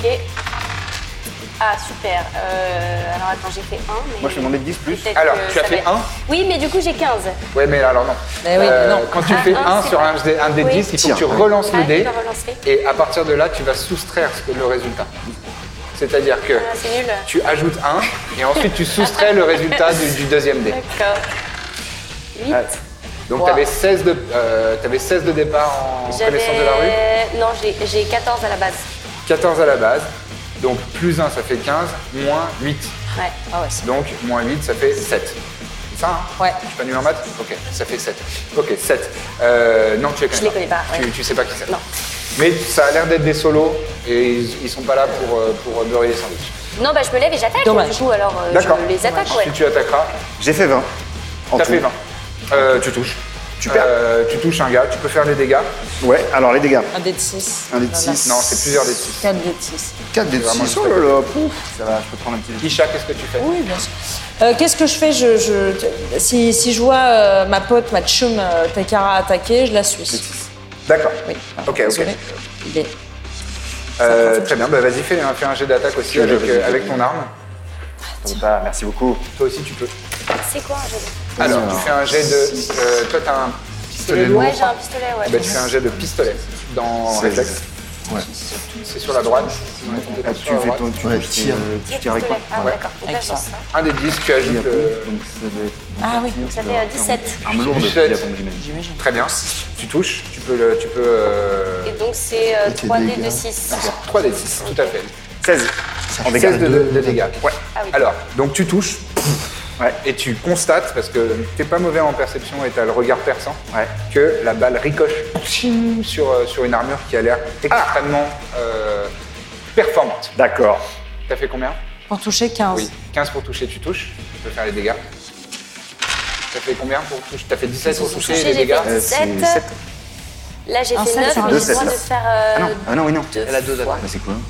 Ah, super. Euh, alors attends, j'ai fait 1. Mais...
Moi, je te demandais 10 plus.
Peut-être
Alors,
que
tu as
ça
fait
va-
un
Oui, mais du coup, j'ai Ah, 15.
Ouais, mais alors non. Euh,
Mais oui, mais non.
Quand tu
Ah,
fais
un,
1
c'est
sur
vrai.
un dé- un des
Oui.
10, il faut
Tiens.
que tu relances
Ah,
le
je
dé.
dois relancer.
Et à partir de là, tu vas soustraire ce que- le résultat. C'est-à-dire que
Ah, c'est nul.
tu ajoutes 1 et ensuite tu soustrais le résultat du, du deuxième dé.
D'accord. 8.
Ah, Donc tu avais, 16 de euh, t'avais 16 de départ en connaissance de la rue.
Non, j'ai- j'ai 14 à la base.
14 à la base. Donc plus 1 ça fait 15, moins 8.
Ouais.
Ah ouais, c'est
Donc moins 8 ça fait 7. C'est ça hein
Ouais.
Je suis pas nul en maths Ok, ça fait 7. Ok, 7. Euh, non, tu es quand
Je
même
les connais pas, ouais.
Tu, tu sais pas qui c'est.
Non.
Mais ça a l'air d'être des solos et ils, ils sont pas là pour, euh, pour beurrer les sandwichs.
Non, bah je me lève et j'attaque.
Dommage.
Du coup, alors euh,
D'accord.
je les attaque, ouais.
Si tu attaqueras,
J'ai fait 20. en
t'as
tout.
fait 20. Euh, tu touches.
Tu perds.
Euh, tu touches un gars, tu peux faire des dégâts.
Ouais, alors les dégâts.
un dé de 6.
Un dé de six.
Non, c'est plusieurs des 6.
4 dés de 6.
4 dés de
Vraiment,
6.
je
Oh
fais-
là là, pouf. Ça va, je peux prendre un petit
Isha, qu'est-ce que tu fais
Oui, bien sûr. Euh, Qu'est-ce que je fais je, je- si, si je vois euh, ma pote, ma chum, euh, Takara attaquer, je la suis.
D'accord. Euh,
Oui. pardon,
Ah, Ok, ok.
désolée. Il est-
Euh, très bien, bah, vas-y, fais, un- fais un jet d'attaque aussi avec, euh, avec ton arme.
Bah, merci beaucoup.
Toi aussi, tu peux.
C'est quoi un jeu
Ah,
Alors, tu fais un jet de. euh, toi, t'as un pistolet
de-
lourd.
Ouais, j'ai un pistolet, ouais.
Bah, tu fais un jet de pistolet dans réflexe. C'est sur la droite.
Ah,
Sur la
tu fais
droite.
ton euh, tu
Ouais,
tu-
tire.
tu
Pistolet.
tires avec quoi
Ah, ouais, d'accord. Donc là, je lance ça.
Un des 10, tu ajoutes le.
Ah oui.
Ça fait euh, 17.
Arme lourde,
Sept.
il y a comme j'imagine.
Très bien. Tu touches, tu peux. Le, tu peux euh,
Et donc, c'est euh, 3D
hein.
de 6.
3 des 6, tout à fait.
16. En dégâts.
16 de, de- de dégâts. Ouais.
oui.
Alors, donc tu touches. Pff,
Ouais.
Et tu constates, parce que t'es pas mauvais en perception et t'as le regard perçant,
Ouais.
que la balle ricoche pshing, sur, euh, sur une armure qui a l'air
Ah.
extrêmement euh, performante.
D'accord.
T'as fait combien
Pour toucher 15.
Oui. 15 pour toucher, tu touches. Tu peux faire les dégâts. T'as fait combien pour toucher T'as fait 17 pour toucher et les
J'ai
dégâts Ah,
fait 17. Là, j'ai
Un
fait
seul
9,
sur Ah, un
mais j'ai
sept,
le droit de
là.
faire.
Ah non,
euh,
ah non, oui, non.
deux
Elle a deux
fois.
attaques.
Mais c'est quoi hein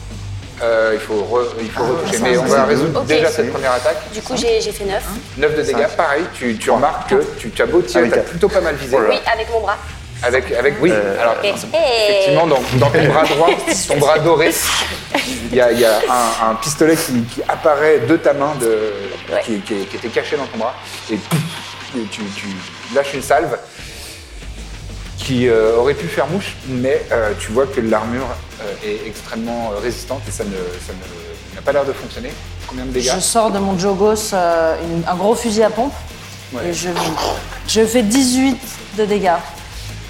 Euh, Il faut, re- il faut retoucher.
Ah, ça,
Mais
ça,
on
ça,
va résoudre
ok.
déjà cette première attaque.
Du coup, j'ai j'ai fait 9.
Hein
9 de dégâts, pareil, tu, tu remarques que tu tu as beau tirer,
Ah oui,
t'as
t'as-
plutôt pas mal visé.
Oui, avec mon bras.
Avec, avec, oui,
Euh,
alors
Et-
Ah,
effectivement, dans, dans ton bras droit, ton bras doré, il y a, il y a un, un pistolet qui, qui apparaît de ta main, de,
Ouais.
qui, qui- qui était caché dans ton bras, et pouf, et tu, tu lâches une salve qui euh, aurait pu faire mouche, mais euh, tu vois que l'armure euh, est extrêmement euh, résistante et ça ne- ça ne- n'a pas l'air de fonctionner. Combien de dégâts
Je sors de mon Jogos euh, une- un gros fusil à pompe
Ouais.
et je, je fais 18 de dégâts.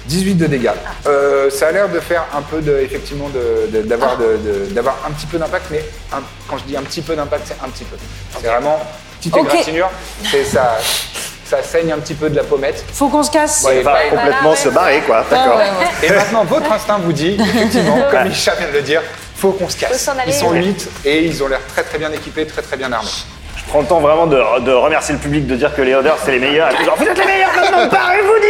18 de dégâts. Euh, ça a l'air de faire un peu de, effectivement, de- de- d'avoir de- de- d'avoir un petit peu d'impact, mais un- quand je dis un petit peu d'impact, c'est un petit peu. C'est vraiment petite
Ok.
égratignure, c'est ça, ça saigne un petit peu de la pommette.
Faut qu'on se casse.
Ouais,
Il va
bah,
complètement se barrer, quoi. D'accord.
Ah
ouais, ouais.
Et maintenant, votre instinct vous dit, effectivement, comme Isha vient de le dire, faut qu'on se
Faut
casse.
s'en aller,
Ils sont
ouais.
8 et ils ont l'air très très bien équipés, très très bien armés.
Je prends le temps vraiment de, de remercier le public, de dire que les Others, c'est les meilleurs. Et puis genre, vous êtes les meilleurs maintenant, barrez-vous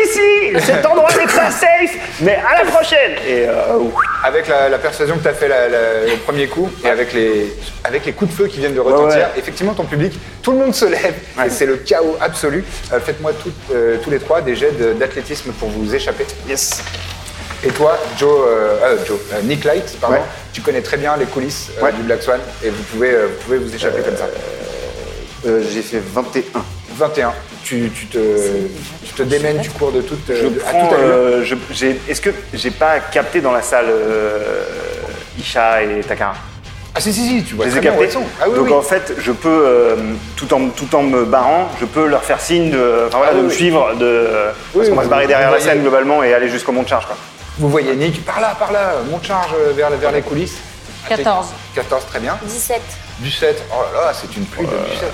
d'ici Cet endroit n'est pas safe, mais à la prochaine Et euh, ouf.
Avec la, la persuasion que tu as fait la- la- le premier coup et avec les, avec les coups de feu qui viennent de retentir,
ouais.
effectivement, ton public, tout le monde se lève et c'est le chaos absolu. Euh, Faites-moi tout- euh, tous les trois des jets de- d'athlétisme pour vous échapper.
yes.
Et toi, Joe, euh, euh, Joe, euh, Nick Light, pardon,
Ouais.
tu connais très bien les coulisses euh,
Ouais.
du Black Swan et vous pouvez, euh, vous, pouvez vous échapper comme ça.
Euh, J'ai fait 21.
21. Tu, tu te, tu te démènes, tu cours de toute,
Je
euh, de- à
prends,
toute allure.
euh, je- j'ai- Est-ce que j'ai pas capté dans la salle euh, Isha et Takara
Ah si, si, si, tu vois.
Je les ai
très bien où
captés.
elles sont. Ah oui,
Donc
oui.
en fait, je peux, euh, tout, en, tout en me barrant, je peux leur faire signe de, enfin, voilà,
Ah
de
oui,
me
oui.
suivre, de, parce
oui,
qu'on va
vous-
se barrer derrière
vous
la
voyez.
scène globalement et aller jusqu'au mont de charge. Quoi.
Vous voyez Nick, par là, par là, monte charge euh, vers, vers les coulisses.
14.
14, très bien.
17.
Du 7, oh là là, c'est une pluie de du 7.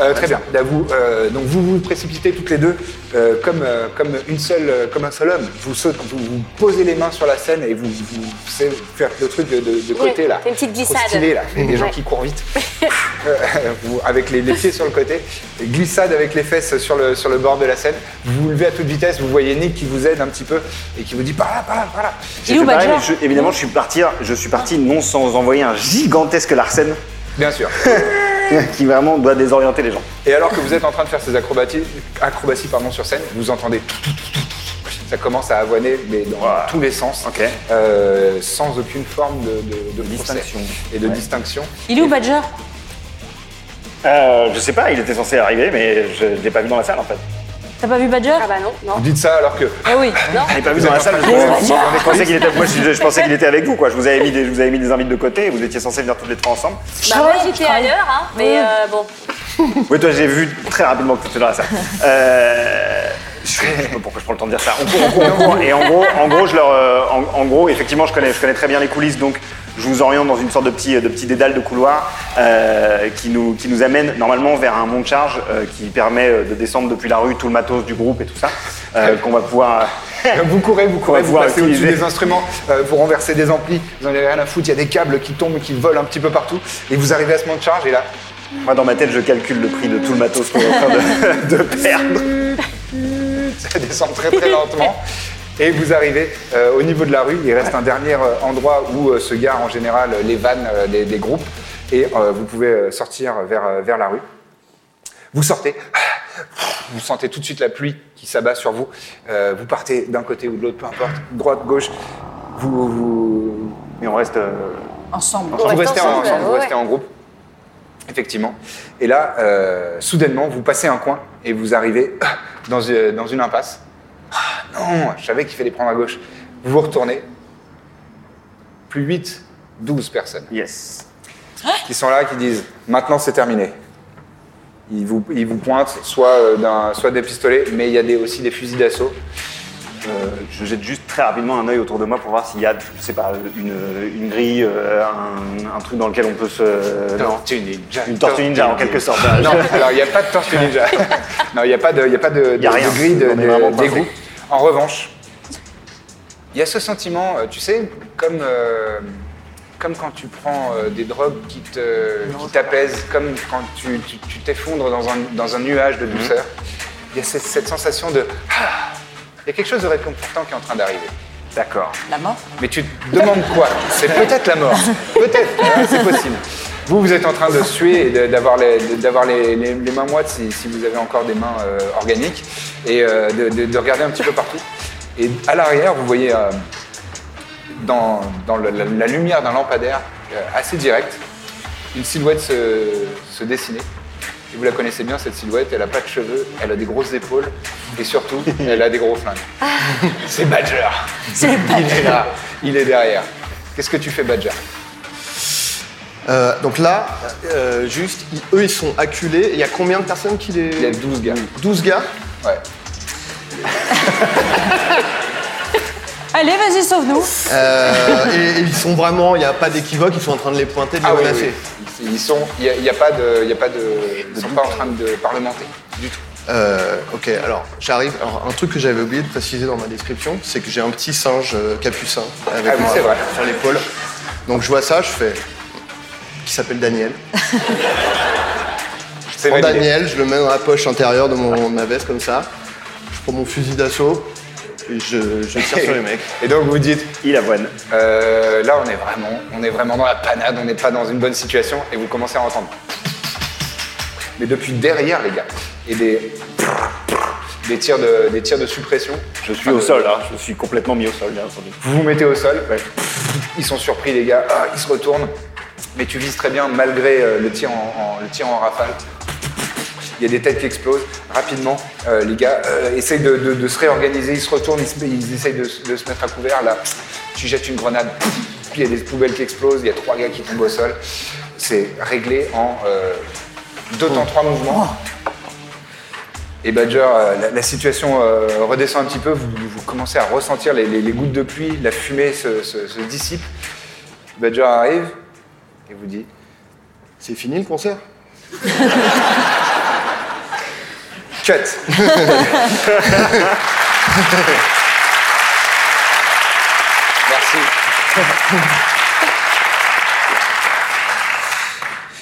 Euh, très bien. Là, vous, euh, donc vous vous précipitez toutes les deux euh, comme, euh, comme, une seule, euh, comme un seul homme. Vous, sautez- vous, vous posez les mains sur la scène et vous, vous c'est- vous faites le truc de, de- de côté là.
fais une petite glissade.
Trop stylé là. Il y a des gens
Ouais.
qui courent vite. Euh, vous- avec les, les pieds sur le côté, glissade avec les fesses sur le, sur le bord de la scène. Vous vous levez à toute vitesse, vous voyez Nick qui vous aide un petit peu et qui vous dit par là, par là, par là.
Il est où
J'ai fait pareil,
Badger
mais je- Évidemment, je suis, parti, je suis parti non sans envoyer un gigantesque Larsen
Bien sûr.
qui vraiment doit désorienter les gens.
Et alors que vous êtes en train de faire ces acrobaties, acrobaties pardon, sur scène, vous entendez. Ça commence à avoiner, mais dans
Voilà.
tous les sens,
Ok.
euh, sans aucune forme de, de- de procès
distinction.
et de distinction.
Il est où Badger
Euh, je sais pas, il était censé arriver, mais je ne l'ai pas vu dans la salle en fait.
T'as pas vu Badger
Ah bah non, non.
Vous dites ça alors que
Eh oui.
Je l'ai pas vu
Vous
dans la
êtes en
salle,
train
je,
de-
pensais- je pensais qu'il était, moi, je- je pensais qu'il était avec vous. Quoi. Je, vous avais mis des, je vous avais mis des invites de côté et vous étiez censés venir toutes les trois ensemble.
Bah, moi, j'étais à
travaille.
l'heure, hein, mais
Ouais.
euh, bon.
Oui, toi, j'ai vu très rapidement que tu étais dans la salle. Euh, je sais pas pourquoi je prends le temps de dire ça. On court, on court, on court. Et en gros, en gros, je leur, euh, en, en gros, effectivement, je connais, je connais très bien les coulisses, donc je vous oriente dans une sorte de petit, de petit dédale de couloir euh, qui, nous, qui nous amène normalement vers un mont de charge euh, qui permet euh, de descendre depuis la rue tout le matos du groupe et tout ça, euh, qu'on va pouvoir. euh,
vous courez, vous
On va
courez, vous
pouvoir
passez au-dessus
utiliser.
des instruments, euh, vous renversez des amplis, vous n'en avez rien à foutre, il y a des câbles qui tombent, qui volent un petit peu partout, et vous arrivez à ce moment de charge, et là,
Moi, dans ma tête, je calcule le prix de tout le matos qu'on est en train de, de perdre.
ça descend très très lentement. Et vous arrivez euh, au niveau de la rue. Il reste un dernier euh, endroit où euh, se garent en général euh, les vannes euh, des, des groupes. Et euh, vous pouvez euh, sortir vers, euh, vers la rue. Vous sortez. Vous sentez tout de suite la pluie qui s'abat sur vous. Euh, vous partez d'un côté ou de l'autre, peu importe, droite, gauche. Vous, vous,
Mais on reste. euh,
Ensemble.
On
vous
reste
restez en-
ensemble,
ensemble, vous
ouais.
restez en groupe. Effectivement. Et là, euh, soudainement, vous passez un coin et vous arrivez euh, dans une, dans une impasse. Ah non, je savais qu'il fallait prendre à gauche. Vous vous retournez. Plus 8, 12 personnes
Yes.
qui sont là, qui disent maintenant c'est terminé. Ils vous, ils vous pointent soit, euh, d'un- soit des pistolets, mais il y a des- aussi des fusils d'assaut.
Euh, je jette juste très rapidement un œil autour de moi pour voir s'il y a, je sais pas, une, une grille, euh, un, un truc dans lequel on peut se. non.
Tortue ninja.
Une tortue ninja en quelque sorte.
Non, alors il n'y a pas de tortue ninja. non, il n'y a pas de, il y a pas de,
Y a
de-
rien.
de grille de,
On est vraiment
de-
pas
des
fait.
groupes. En revanche, il y a ce sentiment, euh, tu sais, comme, euh, comme quand tu prends euh, des drogues qui te- qui t'apaisent, comme quand tu tu- tu t'effondres dans un, dans un nuage
Mhm.
de douceur. Il y a cette, cette sensation de. Ah Il y a quelque chose de réconfortant qui est en train d'arriver.
D'accord.
La mort
Mais tu te demandes quoi C'est peut-être la mort. Peut-être, hein, c'est possible. Vous, vous êtes en train de suer et de- d'avoir les, de- d'avoir les, les- les mains moites si, si vous avez encore des mains euh, organiques et euh, de, de- de regarder un petit peu partout. Et à l'arrière, vous voyez euh, dans, dans le- la, la lumière d'un lampadaire euh, assez direct une silhouette se, se dessiner. Et vous la connaissez bien, cette silhouette. Elle a pas de cheveux, elle a des grosses épaules et surtout, elle a des gros flingues. C'est Badger.
C'est pas
Il est là, il est derrière. Qu'est-ce que tu fais, Badger
Euh, donc là, euh, juste, ils- eux, ils sont acculés. Il y a combien de personnes qui les...
Il y a 12 gars.
12 gars
Ouais.
Allez, vas-y, sauve-nous.
Euh, et, et ils sont vraiment, il n'y a pas d'équivoque, ils sont en train de les pointer, de les
Ah oui,
menacer.
oui. Ils sont, il n'y a, il y a pas de, il y a pas de, ils sont pas en train de parlementer du tout.
Euh, ok, alors j'arrive. Alors, un truc que j'avais oublié de préciser dans ma description, c'est que j'ai un petit singe euh, capucin avec
Ah oui,
moi
c'est vrai.
sur l'épaule. Donc je vois ça, je fais. qui s'appelle Daniel.
C'est
prends
validé.
Daniel, je le mets dans la poche intérieure de, mon, de ma veste comme ça. Je prends mon fusil d'assaut et je, je tire sur les mecs.
Et donc vous dites,
Il avoine.
euh, là on est vraiment, on est vraiment dans la panade, on n'est pas dans une bonne situation, et vous commencez à entendre. Mais depuis derrière les gars, et des, des tirs de, des tirs de suppression.
Je suis au sol, là. Je suis complètement mis au sol, bien entendu.
Vous vous mettez au sol, ils sont surpris les gars, Ah, ils se retournent, mais tu vises très bien malgré euh, le, tir en, en- le tir en rafale. Il y a des têtes qui explosent rapidement. euh, les gars euh, essayent de, de- de se réorganiser, ils se retournent, ils, se- ils essayent de, se- de se mettre à couvert. Là, tu jettes une grenade, puis il y a des poubelles qui explosent, il y a trois gars qui tombent au sol. C'est réglé en euh, deux temps trois mouvements. Et Badger, euh, la, la situation euh, redescend un petit peu, vous, vous commencez à ressentir les, les- les gouttes de pluie, la fumée se, se- se dissipe. Badger arrive et vous dit
C'est fini le concert
Cut Merci.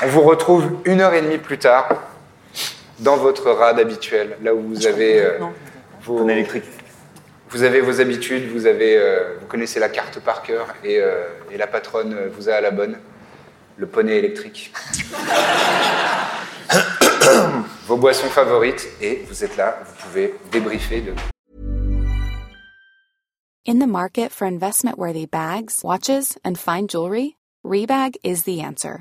On vous retrouve une heure et demie plus tard dans votre rade habituelle, là où vous avez euh, vos,
En électrique.
Vous avez vos habitudes, vous, avez, euh, vous connaissez la carte par cœur et, euh, et la patronne euh, vous a à la bonne. Le poney électrique. vos boissons favorites et vous êtes là, vous pouvez débriefer de
In the market for investment worthy bags, watches, and fine jewelry, Rebag is the answer.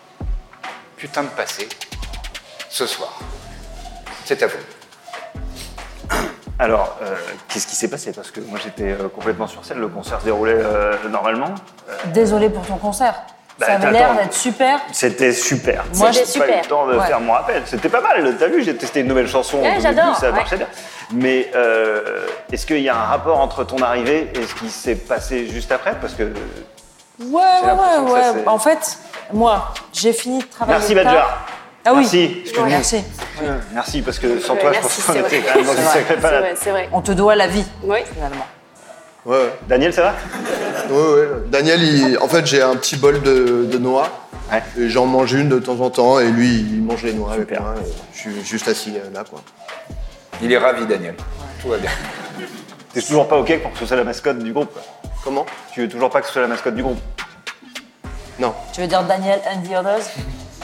putain de passé ce soir. C'est à vous.
Alors, euh, qu'est-ce qui s'est passé Parce que moi, j'étais euh, complètement sur scène. Le concert se déroulait euh, normalement.
Désolé pour ton concert.
Bah,
ça avait l'air
t'attends.
d'être super.
C'était super.
Moi,
j'ai
c'était
pas eu
super.
le temps de
Ouais.
faire mon rappel. C'était pas mal. T'as vu, j'ai testé une nouvelle chanson. au
Ouais,
début,
j'adore,
Ça
ouais.
marchait bien. Mais euh, est-ce qu'il y a un rapport entre ton arrivée et ce qui s'est passé juste après Parce que.
Ouais,
J'ai
ouais,
l'impression que
ouais.
ça,
ouais.
c'est-
En fait, moi, j'ai fini de travailler.
Merci,
tard.
Badger.
Ah oui.
Merci.
Ouais, Merci.
Merci, parce que sans toi, je
merci,
pense qu'on
c'est
était
vrai.
quand même dans une
C'est vrai,
sacrée
C'est
balade.
vrai, c'est vrai.
On te doit la vie,
Oui.
finalement.
Ouais, ouais.
Daniel, ça va
Ouais, ouais. Daniel, il- en fait, j'ai un petit bol de, de noix.
Ouais.
Et j'en mange une de temps en temps. Et lui, il mange les noix
Super.
avec moi. et Je suis juste assis euh, là, quoi.
Il est ravi, Daniel. Tout va bien.
T'es toujours pas OK pour que ce soit la mascotte du groupe
Comment
Tu veux toujours pas que ce soit la mascotte du groupe
Non.
Tu veux dire Daniel and the others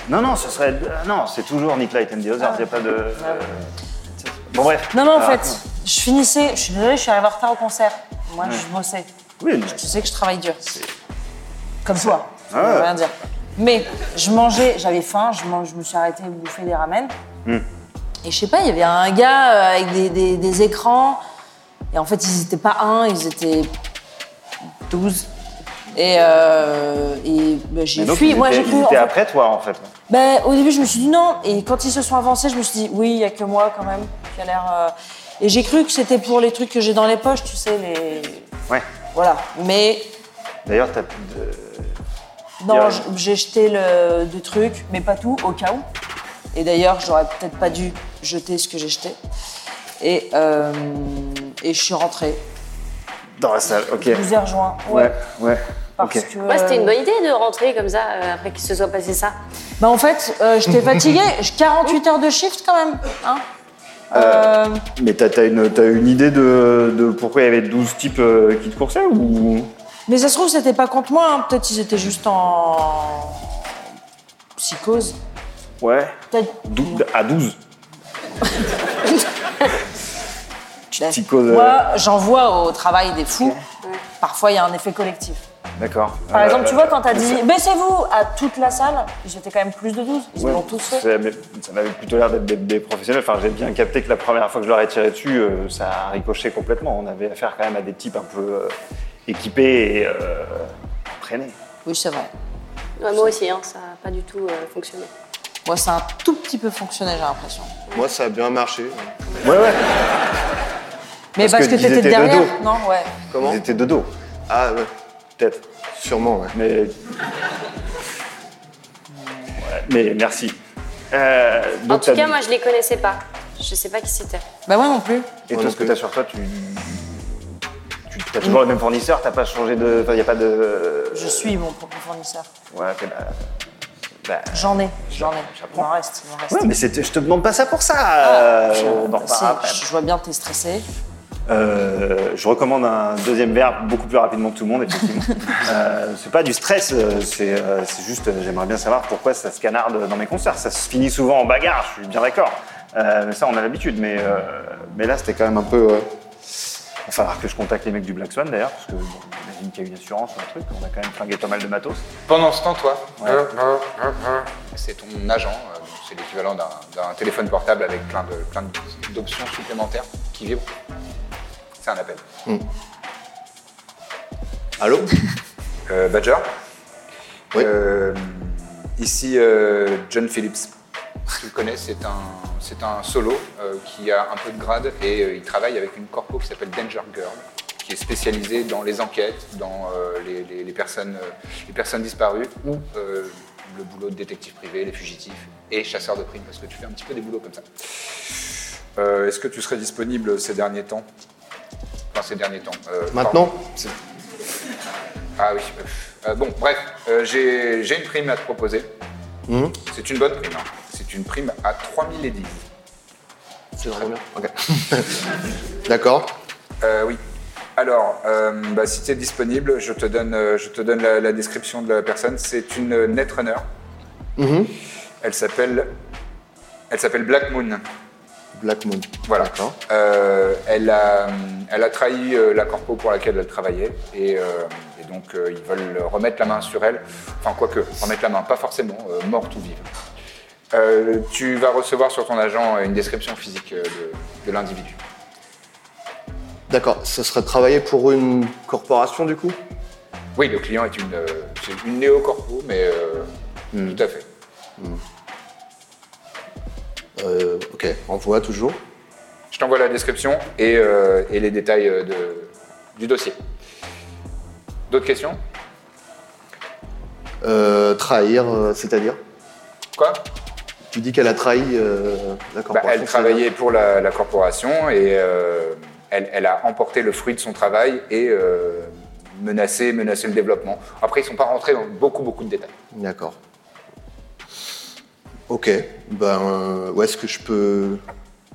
Non, non, ce serait. euh, Non, c'est toujours Nick Light and the Others, y a pas de. euh, Bon, Ah, bref.
Ah. Non, non, en
Alors,
fait,
raconte.
je finissais, je suis désolée, je suis arrivée en retard au concert. Moi, je bossais.
Oui,
Je sais que je travaille dur. Comme toi.
Ah
Ça veut rien dire. Mais je mangeais, j'avais faim, je, mange- je me suis arrêtée de bouffer des ramen.
Hmm.
Et je sais pas, il y avait un gars euh, avec des, des- des écrans. Et en fait, ils étaient pas un, ils étaient 12. Et, euh, et ben, j'ai
Mais donc,
fui.
ils
Moi,
étaient-
j'ai
ils
cru. en
étaient
fait,
après toi, en fait.
ben, au début, je me suis dit non. Et quand ils se sont avancés, je me suis dit oui, il n'y a que moi quand même qui a l'air. euh, Et j'ai cru que c'était pour les trucs que j'ai dans les poches, tu sais, les.
Ouais.
Voilà. Mais
D'ailleurs, t'as plus de... Il y
non,
a-
j- j'ai jeté le, des trucs, mais pas tout, au cas où. Et d'ailleurs, j'aurais peut-être pas dû jeter ce que j'ai jeté. Et, euh, et je suis rentrée.
Dans la salle, ok.
Je vous ai rejoint. Ouais.
Ouais, ouais.
Parce
Ok.
que.
Moi, c'était
euh,
une bonne idée de rentrer comme ça euh, après qu'il se soit passé ça.
Bah en fait, euh, j'étais fatiguée. J'ai 48 heures de shift quand même. Hein Euh,
Mais t'as as une, t'as une idée de, de pourquoi il y avait 12 types euh, qui te coursaient ou...
Mais ça se trouve, c'était pas contre moi. hein. Peut-être ils étaient juste en psychose.
Ouais.
Peut-être.
Dou- à 12
Ben,
psychose, euh.
Moi, j'en vois au travail des fous. Parfois, il y a un effet collectif.
D'accord.
Par
Euh,
exemple, tu vois, quand t'as
mais
dit
ça-
baissez-vous à toute la salle, j'étais quand même plus de 12. Ils
ouais,
l'ont tous fait.
ça m'avait- ça m'avait plutôt l'air d'être des, des professionnels. Enfin, j'ai bien capté que la première fois que je leur ai tiré dessus, euh, ça a ricoché complètement. On avait affaire quand même à des types un peu euh, équipés et euh, traînés.
Oui, c'est vrai.
Ouais, moi aussi, hein, ça n'a pas du tout euh, fonctionné.
Moi, ça a un tout petit peu fonctionné, j'ai l'impression.
Moi, ça a bien marché.
Ouais, ouais.
Mais
Parce
parce
que
que,
ils
t'étais
étaient
derrière,
dodo.
non Ouais.
Comment
Ils étaient de dos,
Ah, ouais,
peut-être.
sûrement, ouais.
Mais. Ouais, mais merci. Euh,
En
donc
tout
t'as-
cas, moi, je les connaissais pas. Je sais pas qui c'était.
Bah, moi non plus.
Et
Moi
toi,
non
ce que
plus.
t'as sur toi, tu. tu- T'as toujours le même fournisseur, t'as pas changé de. Enfin, y a pas de.
Je suis mon propre fournisseur.
Ouais, ok, bah. bah,
J'en ai, j'en ai. Il
J'apprends.
m'en reste, il m'en reste. Ah,
Ouais, mais c'était- je te demande pas ça pour ça. euh, on en
C'est-
reparlera après.
je vois bien que t'es stressé.
Euh, je recommande un deuxième verre beaucoup plus rapidement que tout le monde, effectivement. Euh, c'est pas du stress, euh, c'est euh, c'est juste, euh, j'aimerais bien savoir pourquoi ça se canarde dans mes concerts. Ça se finit souvent en bagarre, je suis bien d'accord. Euh, mais ça, on a l'habitude. Mais, euh, mais là, c'était quand même un peu. euh, Il va falloir que je contacte les mecs du Black Swan d'ailleurs, parce que bon, j'imagine qu'il y a une assurance ou un truc. On a quand même flingué pas mal de matos.
Pendant ce temps, toi,
Ouais.
c'est ton agent, euh, donc c'est l'équivalent d'un d'un téléphone portable avec plein de- plein de- d'options supplémentaires qui vibrent. C'est un appel.
Allô
Euh, Badger
Oui.
Euh, Ici, euh, John Phillips. Tu le connais, c'est un, c'est un solo euh, qui a un peu de grade et euh, il travaille avec une corpo qui s'appelle Danger Girl, qui est spécialisée dans les enquêtes, dans euh, les, les- les personnes, euh, les personnes disparues ou euh, le boulot de détective privé, les fugitifs et chasseurs de primes, parce que tu fais un petit peu des boulots comme ça. Euh, Est-ce que tu serais disponible ces derniers temps Enfin, ces derniers temps. euh,
Maintenant
pardon. C'est- ah oui. euh, euh, bon, bref, euh, j'ai j'ai une prime à te proposer. C'est une bonne prime. hein. C'est une prime à 3010.
C'est vraiment bien. Ok. D'accord.
Euh, oui. Alors, euh, bah, si tu es disponible, je te donne, euh, je te donne la, la description de la personne. C'est une euh, netrunner. Elle s'appelle. Elle s'appelle Black Moon.
Black Moon.
Voilà.
D'accord.
Euh, elle, a, elle a trahi euh, la corpo pour laquelle elle travaillait et, euh, et donc euh, ils veulent remettre la main sur elle. Enfin, quoique, remettre la main, pas forcément, euh, morte ou vive. Euh, tu vas recevoir sur ton agent une description physique euh, de, de l'individu.
D'accord. Ça serait travailler pour une corporation, du coup
Oui, le client est une, euh, c'est une néo-corpo, mais euh, tout à fait.
euh, Ok. Envoie toujours.
Je t'envoie la description et, euh, et les détails euh, de- du dossier. D'autres questions
Euh, trahir, euh, c'est-à-dire
Quoi
Tu dis qu'elle a trahi euh, la
Bah,
corporation.
elle
c'est-
travaillait pour la, la corporation et euh, elle, elle a emporté le fruit de son travail et euh, menacé, menacé le développement. Après, ils sont pas rentrés dans beaucoup, beaucoup de détails.
D'accord. Ok. Ben, euh, où est-ce que je peux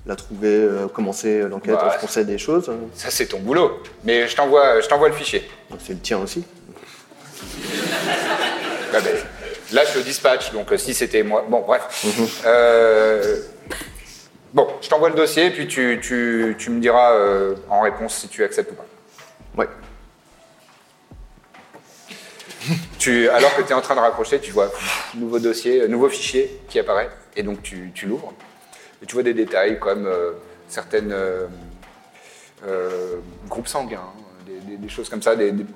la trouver, euh, commencer l'enquête
Bah,
Je conseille des choses. euh,
Ça, c'est ton boulot. Mais je t'envoie, je t'envoie le fichier.
C'est le tien aussi.
Ah ben, là, je le dispatch, donc euh, si c'était moi. Bon, bref. Euh, bon, je t'envoie le dossier, puis tu, tu- tu me diras euh, en réponse si tu acceptes ou pas.
Ouais.
Tu, alors que tu es en train de raccrocher, tu vois pff, nouveau dossier, euh, nouveau fichier qui apparaît, et donc tu, tu l'ouvres. Et tu vois des détails comme euh, certaines euh, euh, groupes sanguins, hein, des, des- des choses comme ça. Des, des-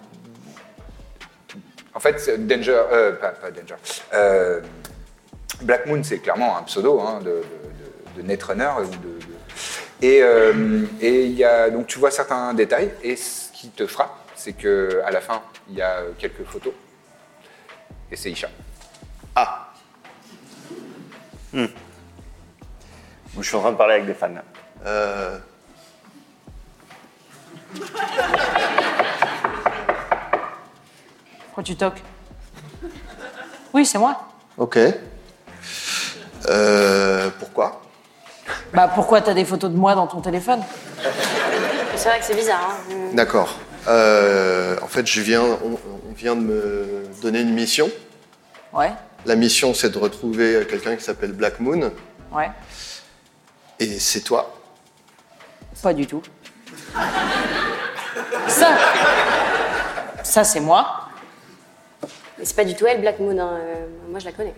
En fait, c'est Danger, euh, pas, pas Danger. euh, Black Moon, c'est clairement un pseudo hein, de, de- de- de Netrunner. ou de- de- Et, euh, et il y a, donc tu vois certains détails, et ce qui te frappe, c'est qu'à la fin, il y a quelques photos, et c'est Isha.
Je suis en train de parler avec des fans. là.
Euh,
Pourquoi tu toques Oui, c'est moi.
ok. Euh, pourquoi
Bah pourquoi t'as des photos de moi dans ton téléphone
C'est vrai que c'est bizarre. hein. Mm.
D'accord. Euh, en fait, je viens, on, on vient de me donner une mission.
Ouais,
La mission, c'est de retrouver quelqu'un qui s'appelle Black Moon,
ouais,
et c'est toi.
pas du tout. Ça, ça c'est moi.
Mais c'est pas du tout elle, Black Moon. hein. Euh, moi, je la connais.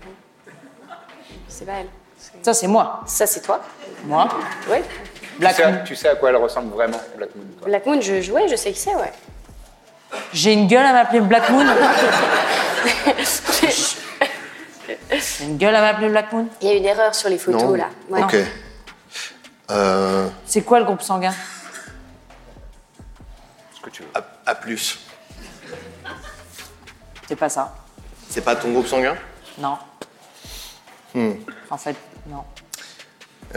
C'est pas elle. C'est-
Ça c'est moi.
Ça, c'est toi
Moi.
Oui.
Tu
Black
sais,
Moon.
tu sais à quoi elle ressemble vraiment, Black Moon quoi.
Black Moon, je, je- ouais, je sais qui c'est, ouais.
J'ai une gueule à m'appeler Black Moon. J'ai une gueule à m'appeler Black Moon.
Il y a une erreur sur les photos,
Non.
là. Ouais.
Ok. Euh,
C'est quoi le groupe sanguin
Ce que tu veux.
à, à plus.
C'est pas ça.
C'est pas ton groupe sanguin
Non.
Hmm.
En fait, non.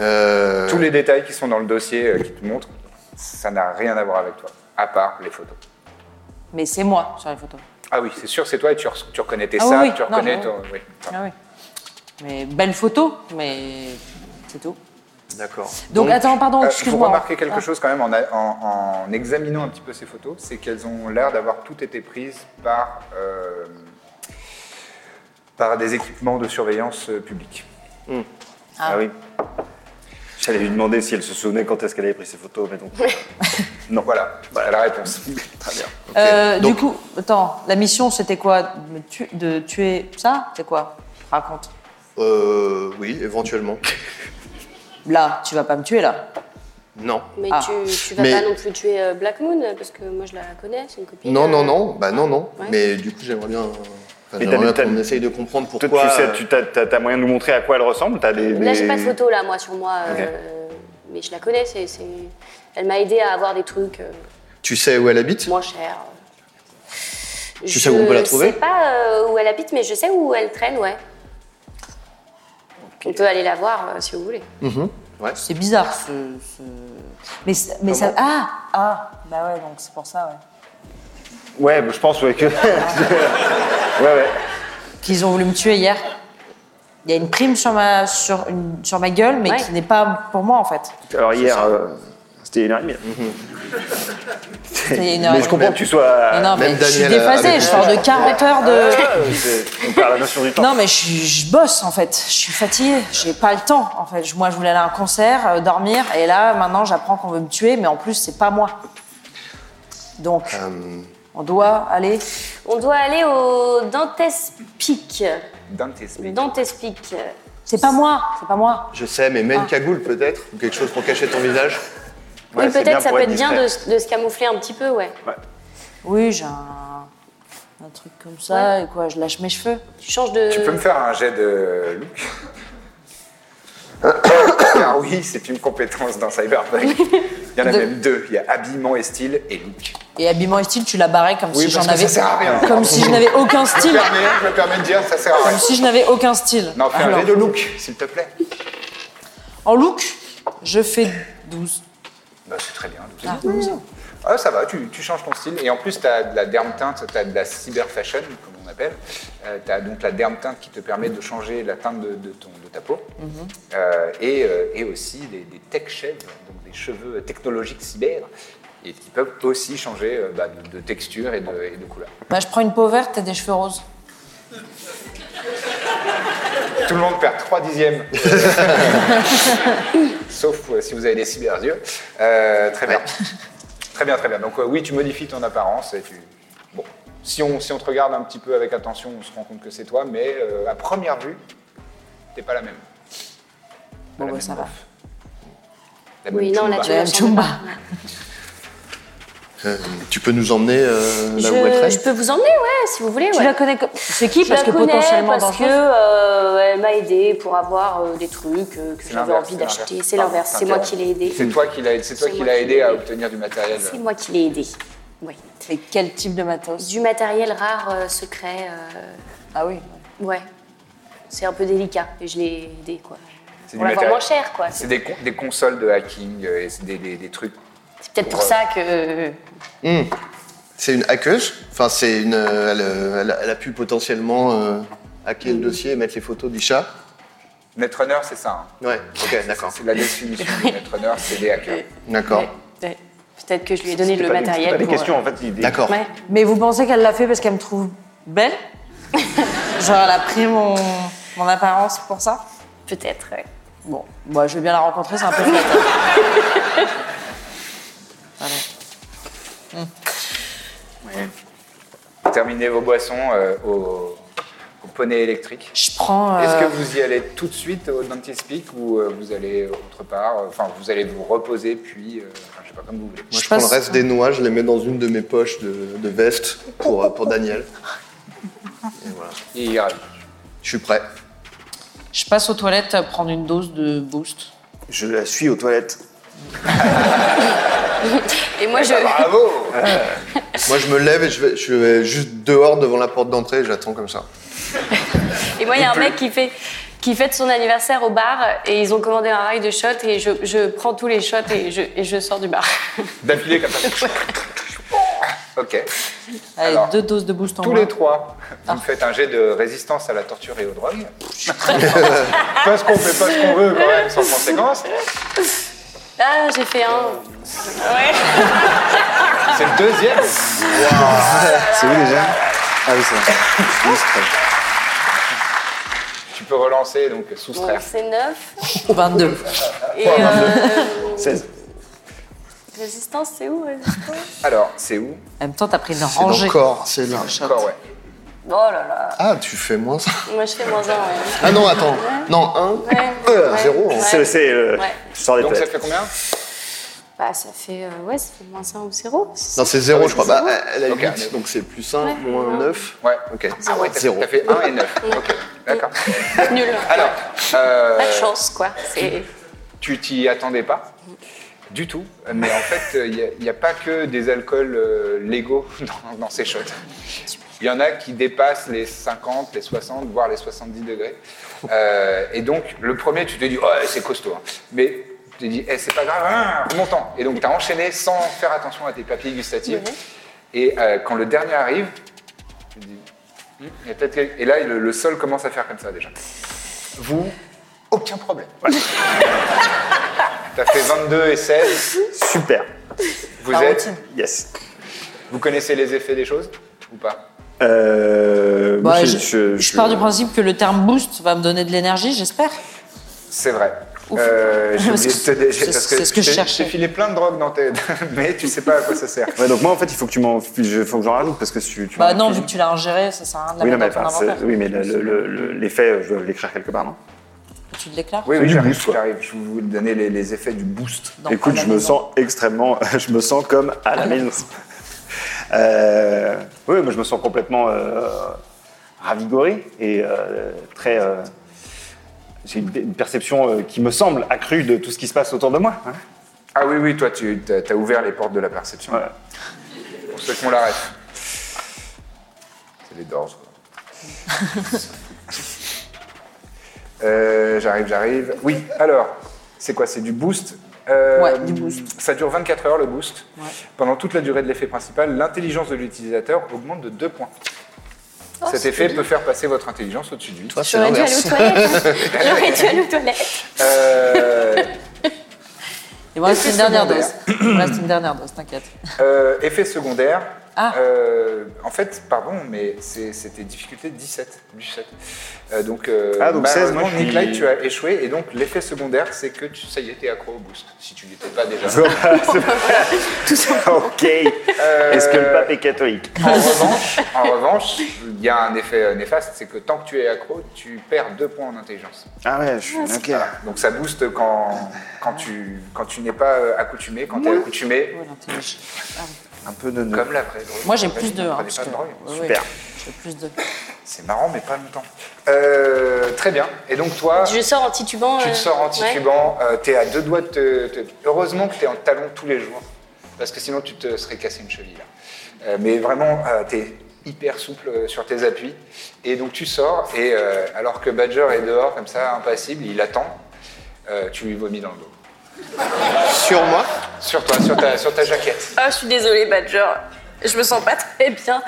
Euh,
Tous les détails qui sont dans le dossier euh, qui te montrent, ça n'a rien à voir avec toi, à part les photos.
Mais c'est moi sur les photos.
Ah oui, c'est sûr, c'est toi, et tu, re- tu reconnais tes
Ah oui,
sables,
oui,
tu
non,
reconnais
mais
ton... oui.
Ah oui. Mais belle photo, mais c'est tout.
D'accord.
Donc, attends, pardon,
Euh, vous
excuse-moi.
remarquez quelque
Ah.
chose quand même en, a- en- en examinant un petit peu ces photos, c'est qu'elles ont l'air d'avoir toutes été prises par, euh, par des équipements de surveillance euh, publique.
Ah, oui. J'allais lui demander si elle se souvenait quand est-ce qu'elle avait pris ses photos, mais donc. Bah,
Non, voilà, voilà la réponse. Très bien.
Euh,
donc-
Du coup, attends, la mission c'était quoi de, me tu- de tuer ça C'est quoi Raconte.
Euh, oui, éventuellement.
Là, tu vas pas me tuer là
Non.
Mais
Ah.
tu, tu vas
Mais-
pas non plus tuer euh, Black Moon, parce que moi, je la connais, c'est une copine.
Non,
euh,
non, non. Bah non, non.
Ouais.
Mais du coup, j'aimerais bien. Enfin,
Mais
j'aimerais
t'as-
bien
t'as-
qu'on essaye de comprendre
Toi,
pourquoi.
tu sais,
euh,
tu as, moyen de nous montrer à quoi elle ressemble T'as des,
Là,
des-
j'ai pas de photo, là, moi, sur moi. euh, mais je la connais, c'est... c'est- Elle m'a aidé à avoir des trucs euh,
tu sais où elle habite
moins chers.
Tu sais où on peut la trouver
Je sais pas euh, où elle habite, mais je sais où elle traîne, ouais. On peut aller la voir, euh, si vous voulez.
Ouais.
C'est bizarre ce. ce- Mais, c'est- mais ça. Ah Ah Bah ouais, donc c'est pour ça, ouais.
Ouais, bah, je pense ouais, que. ouais, ouais.
Qu'ils ont voulu me tuer hier. Il y a une prime sur ma, sur une, sur ma gueule, mais
Ouais.
qui n'est pas pour moi en fait.
Alors hier, euh, c'était une heure et demie.
C'est une heure et
Mais je comprends
demie.
que tu sois. euh,
Mais non, mais
Même
je suis
Daniel,
déphasée,
avec-
je sors de 40 heures de.
C'est- On parle la notion du temps.
Non, mais je, suis- je bosse en fait. Je suis fatiguée. J'ai pas le temps en fait. Je- Moi, je voulais aller à un concert, euh, dormir, et là, maintenant, j'apprends qu'on veut me tuer, mais en plus, c'est pas moi. Donc, on doit aller.
On doit aller au Dantes Peak.
Dans tes
Le Dantes Peak.
C'est pas moi, c'est pas moi.
Je sais, mais
Ah.
mets une cagoule peut-être ou quelque chose pour cacher ton visage.
Ouais,
oui,
c'est bien
peut-être, ça
pour
peut
être
être bien de,
discret.
se- de se camoufler un petit peu, ouais.
Oui, j'ai un, un truc comme ça, et quoi, je lâche mes cheveux.
Tu changes de.
Tu peux me faire un jet de look Ah oui, c'est une compétence dans Cyberpunk. Il y en a
De-
même deux. Il y a habillement et style et look.
Et habillement et style, tu l'as barré comme
Oui,
si
parce
j'en
que
avais.
ça sert à rien.
Comme si je n'avais aucun
Je me
style.
permets, je me permets de dire, ça sert à rien.
Comme Ah, si je n'avais aucun style.
Non, fais un
Alors,
jet de look, s'il te plaît.
en look, je fais 12.
Bah, c'est très bien. donc.
Ah, 12.
Ah, ça va, tu, tu changes ton style. Et en plus, tu as de la derme teinte, tu as de la cyber fashion, comme on appelle. tu as donc la derme teinte qui te permet de changer la teinte de, de ton, de ta peau. Euh, et, euh, et aussi des, des tech shaves, donc des cheveux technologiques cyber, et qui peuvent aussi changer euh, bah, de, de texture et de, et de couleur.
Bah, je prends une peau verte et des cheveux roses.
Tout le monde perd 3 dixièmes. Sauf euh, si vous avez des cyber yeux. Euh, très bien. Très Très bien, très bien. Donc euh, oui, tu modifies ton apparence et tu. Bon, si on, si on te regarde un petit peu avec attention, on se rend compte que c'est toi, mais euh, à première vue, t'es pas la même.
Bon, bah, ça va.
La même bah,
Oui, non, là
Chumba.
tu
La
me
même
ressembles
Chumba.
pas.
Euh, tu peux nous emmener euh, là où elle
Je, je
reste
peux vous emmener, ouais, si vous voulez.
Tu
ouais.
la connais comme- C'est qui
Je
Parce
la
que
connais
potentiellement
parce que
dangereuse.
euh, elle m'a aidé pour avoir euh, des trucs euh, que
C'est
j'avais
l'inverse,
envie
c'est
d'acheter.
l'inverse.
C'est l'inverse,
Pardon,
c'est moi
t'interromps.
qui l'ai aidé.
C'est toi qui l'as c'est toi
C'est
qui
moi
l'as
qui
aidé
l'ai
à
aidé.
obtenir du matériel.
C'est moi qui l'ai aidé. Oui.
Et quel type de matos
Du matériel rare, euh, secret. euh,
Ah oui.
Ouais. C'est un peu délicat et je l'ai aidé quoi.
C'est
Pour
du matériel.
l'avoir moins cher quoi.
C'est
C'est
des, con- des consoles de hacking euh, et c'est des, des- des trucs.
c'est peut-être pour ça que.
Hmm. C'est une hackeuse. Enfin, c'est une. euh, Elle, euh, elle a- elle a pu potentiellement euh, hacker le dossier et mettre les photos du chat.
Netrunner, c'est ça. hein.
Ouais. Ok, d'accord.
C'est la définition de Netrunner, c'est des hackers.
D'accord.
Ouais. Peut-être que je lui ai donné
C'était
le
pas des- c'était
matériel.
Pas des
pour, euh,
questions, en fait. il-
D'accord.
Ouais.
Mais vous pensez qu'elle l'a fait parce qu'elle me trouve belle Genre elle a pris mon, mon apparence pour ça
Peut-être. ouais.
Bon, moi je vais bien la rencontrer, c'est un peu flat.
Terminez vos boissons euh, au, au poney électrique.
Je prends. euh,
Est-ce que vous y allez tout de suite au Dentist Peak ou euh, vous allez autre part euh, Enfin, vous allez vous reposer, puis. euh, enfin, je sais pas, comme vous voulez.
Moi, je,
Je
prends le
passe-
reste des noix, je les mets dans une de mes poches de, de veste pour, euh, pour Daniel. Et voilà.
Il y arrive.
Je suis prêt.
Je passe aux toilettes euh, prendre une dose de boost.
Je la suis aux toilettes.
Et moi je.
Bravo
Moi, je me lève et je vais, je vais juste dehors devant la porte d'entrée et j'attends comme ça.
Et moi, il y a un mec qui fait qui fête son anniversaire au bar et ils ont commandé un rail de shots et je, je prends tous les shots et je, et je sors du bar.
D'affilée comme ça. ok.
Allez,
Alors,
deux doses de boost en
Tous
moins.
les trois, vous me faites un jet de résistance à la torture et aux drogues. Parce qu'on fait pas ce qu'on veut quand même, sans conséquence.
Ah, j'ai fait un.
C'est le deuxième.
C'est où déjà Ah oui, c'est vrai.
Tu peux relancer, donc
Bon,
soustraire.
c'est neuf.
22.
Et euh,
16.
résistance, c'est où résistance
Alors, c'est où
En même temps, t'as pris une
C'est euh, dans
rangée.
le corps, c'est là.
Encore, ouais.
Oh là là.
Ah, tu fais moins ça
Moi, je fais moins un. Ouais.
Ah non, attends. Non, un,
Ouais,
euh,
ouais,
zéro.
ouais.
C'est c'est, euh,
Ouais.
Je sors des
Donc ça
toilettes.
fait combien
Bah, ça fait euh, ouais, ça fait moins un ou zéro.
Non, c'est zéro, je crois. Bah, elle a
Ok.
8, donc c'est plus 1, moins 9.
Ouais.
Ok.
Ah ouais, t'as
Zéro.
t'as fait 1 et 9. Ok, d'accord.
Nul.
Alors, euh,
Pas de chance, quoi. C'est
tu t'y attendais pas du tout, mais en fait, il n'y a, pas que des alcools euh, légaux dans, dans ces shots. Il y en a qui dépassent les 50, les 60, voire les 70 degrés. Euh, et donc, le premier, tu te dis, ouais, c'est costaud. hein. Mais tu te dis, Eh, c'est pas grave, hein, remontant. Et donc, tu as enchaîné sans faire attention à tes papilles gustatives. Et euh, quand le dernier arrive, tu te dis, Hum, il y a peut-être quelque- Et là, le, le sol commence à faire comme ça déjà. Vous, aucun problème. T'as fait 22 et 16.
Super.
Vous êtes.
Yes.
Vous connaissez les effets des choses ou pas
Euh,
Bah,
moi,
je, je pars du principe que le terme boost va me donner de l'énergie, j'espère.
C'est vrai.
Ouf.
Euh, j'ai
Parce
oublié
que
de te- j'ai-
c'est-
parce
c'est ce que je
t'ai-
cherchais.
t'ai filé plein de drogues dans tes. Mais tu sais pas à quoi ça sert.
Ouais, donc moi, en fait, il faut que tu m'en, je- faut que j'en rajoute parce que tu. tu
Bah
m'en-
non, vu que tu l'as ingéré, ça sert à rien de la
Oui, non, mais,
mettre dans
enfin,
ton
c'est-
inventaire.
oui, mais le- le- le- le- l'effet, euh, je dois l'écrire quelque part, hein. non
Tu le déclares
Oui,
C'est
oui,
du
j'arrive,
boost, quoi.
j'arrive. Je vais vous donner les, les effets du boost.
Dans
Écoute,
pas
je
la
me
maison.
sens extrêmement. Je me sens comme à la maison. Euh, oui, moi je me sens complètement euh, ravigoré et euh, très. euh, J'ai une, une perception euh, qui me semble accrue de tout ce qui se passe autour de moi. hein.
Ah oui, oui, toi, tu as, ouvert les portes de la perception.
Ouais.
Pour ceux qui ont la ref. C'est les Doors, quoi. Euh, j'arrive, j'arrive. Oui, alors, c'est quoi C'est du boost Euh,
Ouais, du boost.
Ça dure 24 heures le boost. Pendant toute la durée de l'effet principal, l'intelligence de l'utilisateur augmente de 2 points.
Oh,
Cet effet peut faire passer votre intelligence au-dessus de lui.
Toi, c'est
J'aurais dû aller
l'inverse.
aux toilettes. J'aurais dû aller aux toilettes.
Euh,
Il me reste
Effet
une dernière dose.
secondaire.
Il me reste une dernière dose, t'inquiète.
Euh, effet secondaire,
Ah.
Euh, en fait, pardon, mais c'est- c'était difficulté 17 du 7. Euh, donc, euh,
Ah, donc 16, moi,
malheureusement,
je suis-
Nick Light, tu as échoué. Et donc, l'effet secondaire, c'est que tu, ça y est, t'es accro au boost, si tu l'étais pas déjà.
ok.
Euh,
Est-ce que le pape est catholique
Euh, En revanche, en revanche, il y a un effet euh, néfaste, c'est que tant que tu es accro, tu perds deux points en intelligence.
Ah ouais, je suis ok.
Voilà. Donc ça booste quand, quand tu, quand tu n'es pas euh, accoutumé, quand tu es accoutumé,
Ouais, l'intelligence.
Un peu de
comme la vraie drogue.
Moi, j'ai
Comme
plus
la-
de.
prenez
hein,
pas
parce
de
que-
drogue.
ouais, ouais,
Super.
J'ai plus de.
C'est marrant, mais pas longtemps. Euh, très bien. Et donc toi,
Je sors en titubant.
tu te
euh,
sors en
ouais.
titubant, euh, t'es à deux doigts de te... te- Heureusement que t'es en talon tous les jours, parce que sinon tu te serais cassé une cheville. là. Euh, mais vraiment, euh, t'es hyper souple euh, sur tes appuis. Et donc tu sors, et euh, alors que Badger est dehors, comme ça, impassible, il attend, euh, tu lui vomis dans le dos.
Sur moi
Sur toi, sur ta, sur ta jaquette.
Ah, je suis désolée, Badger. Je me sens pas très bien.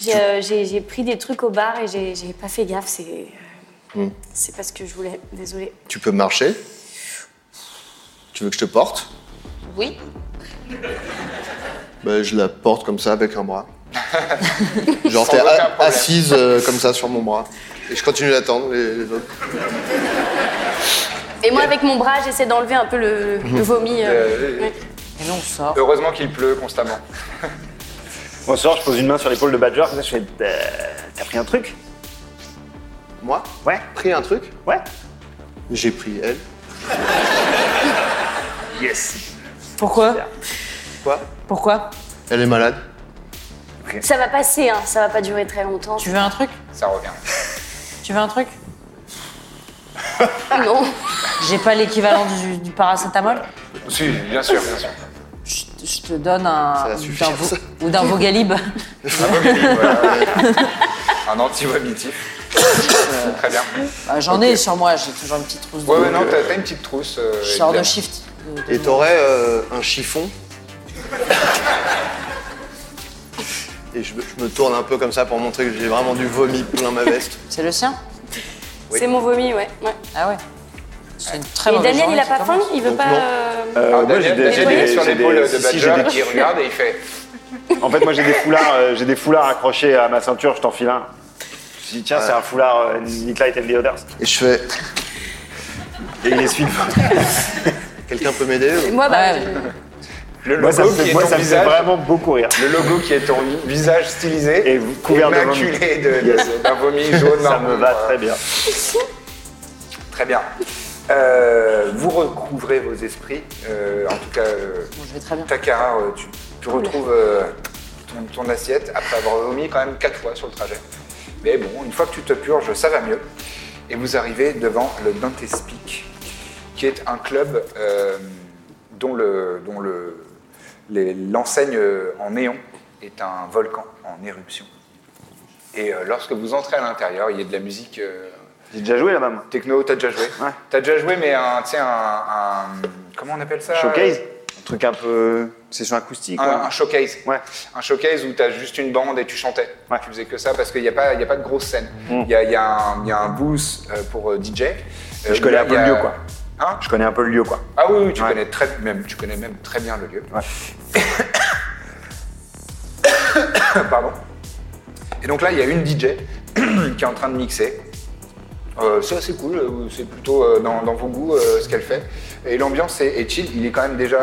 J'ai euh, j'ai- j'ai pris des trucs au bar et j'ai j'ai pas fait gaffe. C'est euh, c'est pas ce que je voulais. Désolée.
Tu peux marcher. Tu veux que je te porte
Oui.
Bah, Je la porte comme ça avec un bras. Genre,
Sans
t'es
aucun
a-
problème.
assise euh, comme ça sur mon bras. Et je continue d'attendre les, les autres.
Et moi, avec mon bras, j'essaie d'enlever un peu le, le vomi. euh,
Euh,
ouais.
Et là, on sort.
Heureusement qu'il pleut constamment.
Bonsoir, je pose une main sur l'épaule de Badger, comme ça je fais. euh, T'as pris un truc
Moi
Ouais
Pris un truc
Ouais
J'ai pris elle.
Yes
Pourquoi
Quoi
Pourquoi
Elle est malade.
Ça va passer, hein. ça va pas durer très longtemps.
Tu veux un truc
Ça revient.
Tu veux un truc
Non.
J'ai pas l'équivalent du, du paracétamol
Si, bien sûr, bien sûr.
je, je te donne un.
va
ou
suffire,
d'un vo-
ça.
Ou d'un Vogalib.
Un vomitif, voilà. Un anti-vomitif. Euh, Très bien.
Bah, J'en ai sur moi, j'ai toujours une petite trousse de.
Ouais, ouais, non, t'as t'as une petite trousse. euh,
je sors de
évidemment.
shift. de- de-
Et t'aurais euh, un chiffon. Et je, me- je me tourne un peu comme ça pour montrer que j'ai vraiment du vomi plein ma veste.
C'est le sien
C'est mon vomi, ouais. ouais.
Ah ouais. C'est une très
Et
mauvaise
Daniel,
journée,
il a
tu
pas
commences.
faim Il veut
Donc
pas.
non.
euh,
Euh,
Alors,
Moi j'ai
Daniel,
des. j'ai
Daniel
des-
est sur
j'ai
l'épaule
des-
de
si, si, j'ai
Badger,
des-
qui regarde et il fait
En fait, moi j'ai des foulards, euh, j'ai des foulards accrochés à ma ceinture, je t'en file un. Je dis, tiens, c'est un foulard euh, Nick Light and the Others.
Et je fais
Et il les suit.
Quelqu'un peut m'aider
Moi, bah,
Ouais.
je-
le
Moi,
logo
ça me
qui
fait,
est
moi,
ton
ça me fait
visage.
vraiment beaucoup rire.
Le logo qui est ton visage stylisé
Et vous- couvert de vomi.
immaculé de- de- d'un vomi jaune.
Ça
marron,
me va
voilà.
très bien.
Très bien. Euh, vous recouvrez vos esprits. euh, en tout cas, euh,
Bon, je vais très bien.
Takara, euh, tu, tu retrouves euh, ton, ton assiette après avoir vomi quand même quatre fois sur le trajet. Mais bon, une fois que tu te purges, ça va mieux. Et vous arrivez devant le Dante's Peak, qui est un club euh, dont le- dont le- les- l'enseigne euh, en néon est un volcan en éruption. Et euh, lorsque vous entrez à l'intérieur, il y a de la musique euh,
J'ai déjà joué là-même.
Techno, t'as déjà joué.
Ouais.
T'as déjà joué, mais un, tu sais, un, un- Comment on appelle ça
Showcase Ah, Un truc un peu. C'est sur acoustique.
un,
quoi.
un showcase.
Ouais.
Un showcase où t'as juste une bande et tu chantais.
Ouais. Mm.
Tu faisais que ça parce qu'il n'y a, pas- il y a pas de grosse scène. Il y, a, il y a un- il y a un booth euh, pour euh, DJ.
Je connais un peu le lieu, quoi.
Hein
Je connais un peu le lieu, quoi.
Ah oui, oui, tu,
Ouais.
connais très, même, tu connais même très bien le lieu. Pardon. Et donc là, il y a une DJ qui est en train de mixer. Euh, c'est assez cool, euh, c'est plutôt euh, dans, dans vos goûts euh, ce qu'elle fait. Et l'ambiance est, est chill, il est quand même déjà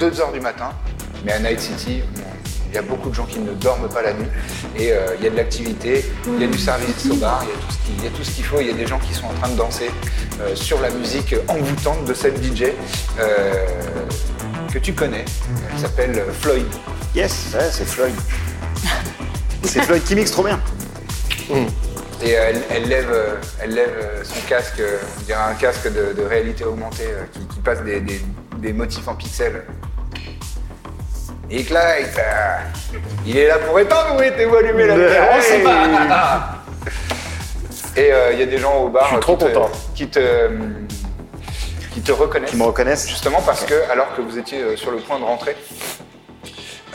2h du matin, mais à Night City, on- il y a beaucoup de gens qui ne dorment pas la nuit. Et euh, il y a de l'activité, il y a du service au bar, il y a tout ce qu'il- il y a tout ce qu'il faut, il y a des gens qui sont en train de danser euh, sur la musique envoûtante de cette DJ euh, que tu connais. Elle s'appelle euh, Floyd.
Yes Ouais, c'est Floyd. c'est Floyd qui mixe trop bien.
Et euh, elle, elle lève, euh, elle lève euh, son casque, euh, on dirait un casque de, de réalité augmentée euh, qui, qui passe des, des- des motifs en pixels. Nick Light, euh, il est là pour éteindre, oui, t'es vous allumer la lumière, on sait pas. Et euh, il y a des gens au bar
Je suis
euh,
trop
qui, te,
content.
qui, te, euh, qui te reconnaissent.
Qui me reconnaissent.
Justement parce que, alors que vous étiez euh, sur le point de rentrer,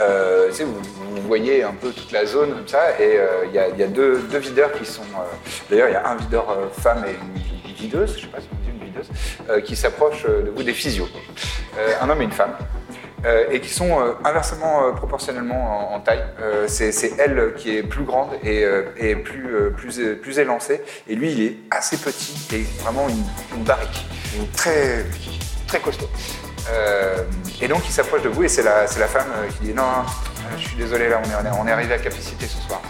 euh, tu sais, vous, vous voyez un peu toute la zone comme ça, et euh, il y a- il y, a deux, deux videurs qui sont. euh, D'ailleurs, il y a un videur euh, femme et une, une videuse, je sais pas si on dit une videuse, euh, qui s'approche euh, de vous, des physios. Euh, un homme et une femme. euh, et qui sont euh, inversement euh, proportionnellement en, en taille. Euh, c'est c'est elle qui est plus grande et, euh, et plus, euh, plus, euh, plus élancée. Et lui, il est assez petit et vraiment une, une barrique. Très, très costaud. Euh, et donc, il s'approche de vous et c'est la, c'est la femme euh, qui dit Non, non, euh, je suis désolé, là, on est, on est arrivé à capacité ce soir.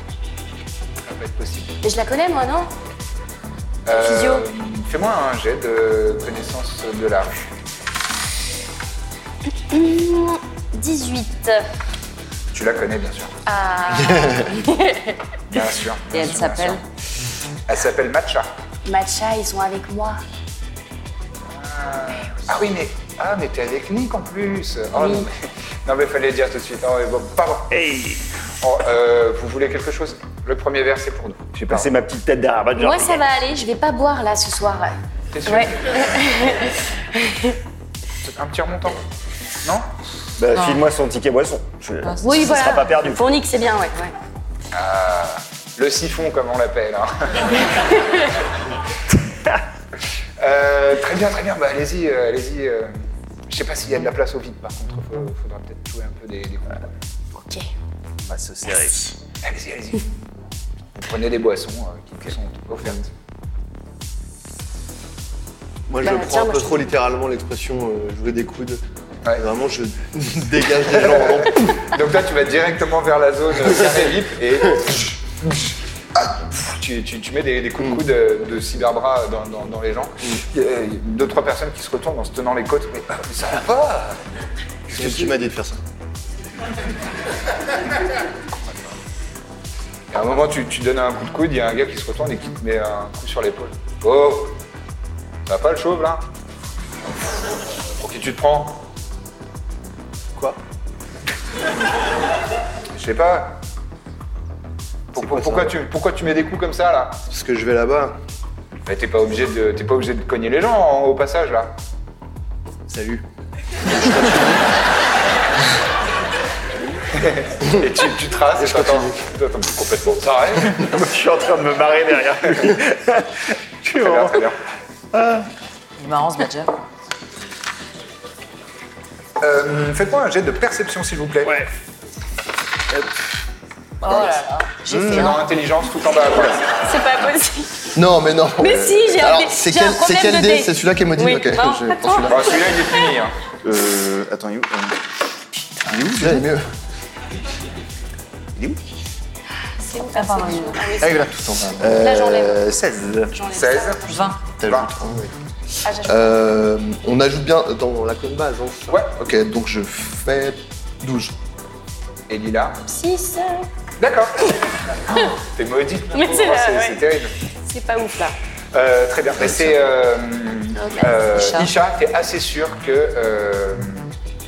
Ça va pas être possible. Euh,
Et je la connais, moi, non Physio.
Fais-moi un jet de connaissance de l'art.
Hum, 18.
Tu la connais, bien sûr.
Ah.
Bien sûr.
Et
bien
elle
sûr, bien
s'appelle
sûr. Elle s'appelle Matcha.
Matcha, ils sont avec moi.
Ah oui, mais, ah, mais t'es avec Nick en plus. Oh, non, mais, non, mais fallait le dire tout de suite. Oh, mais bon, pardon. Hey. Oh, euh, vous voulez quelque chose Le premier verre, c'est pour nous.
J'ai passé ma petite tête derrière Badger.
Moi, ça va aller, je vais pas boire là ce soir.
T'es sûr
Ouais.
Un petit remontant Non
Bah, File-moi son ticket boisson. Je...
Oui,
ça
voilà.
sera pas perdu.
Fournique, c'est bien, ouais. ouais.
Ah, Le siphon, comme on l'appelle. hein. Euh, très bien, très bien. Bah, allez-y, euh, allez-y. euh. Je sais pas s'il y a de la place au vide, par contre. Faut- faudra peut-être jouer un peu des, des comptes.
Ok.
On va se serrer.
Allez-y, allez-y. Vous prenez des boissons euh, qui, qui sont offertes.
Moi,
Bah,
je prends
tiens,
un
moi,
peu
je-
trop littéralement l'expression euh, jouer des coudes.
Ouais.
Vraiment, je dégage des gens. vraiment.
Donc toi, tu vas directement vers la zone euh, carré VIP et Ah, tu, tu- tu mets des, des coups de coude euh, de cyberbras dans, dans- dans les gens. Il y a deux, trois personnes qui se retournent en se tenant les côtes. Mais, ah, mais ça va pas
Qu'est-ce qui m'a dit de faire ça
Et à un moment, tu, tu donnes un coup de coude, il y a un gars qui se retourne et qui te met un coup sur l'épaule. Oh Ça va pas le chauve là Pour qui tu te prends
Quoi
Je sais pas. Pour-
C'est quoi, ça
pourquoi, tu, pourquoi tu mets des coups comme ça là
Parce que je vais là-bas.
Bah, t'es pas obligé de t'es pas obligé de cogner les gens en- au passage là.
Salut.
Et tu, tu traces et je complètement. Ça arrive.
Je suis en train de me marrer derrière lui. Je suis
Très bien,
vraiment-
très bien.
Marrant ce badger.
Euh, Faites-moi un jet de perception s'il vous plaît.
Ouais.
Oh là là. J'ai
Mmh.
fait
C'est
un.
dans intelligence tout en bas à droite.
C'est pas possible.
Non, mais non.
Mais si, j'ai un
Alors,
dé-
c'est
j'ai
quel,
un
c'est
problème
quel
de
dé,
dé.
C'est celui-là qui est modifié.
Oui,
Ok,
non,
je
pas
prends celui-là.
Bah, celui-là il est fini. Hein.
Euh, attends, il est où euh, Il est où
Celui-là, il est mieux.
Il est où
C'est où Ah, pardon.
Ah, il est là, tout en bas. Euh,
Là, j'enlève.
Euh, 16.
J'enlève
16.
ça.
20.
t'ajoutes
bah.
un, oui.
Ah, j'ajoute.
Euh, on ajoute bien dans la code base. hein.
Ouais.
Ok, donc je fais 12.
Et Lila.
6.
D'accord. T'es maudite.
Mais c'est
Oh,
là,
c'est
ouais.
c'est terrible.
C'est pas ouf là.
Euh, très bien. Mais c'est euh, euh,
Isha.
Isha, t'es assez sûr que, euh,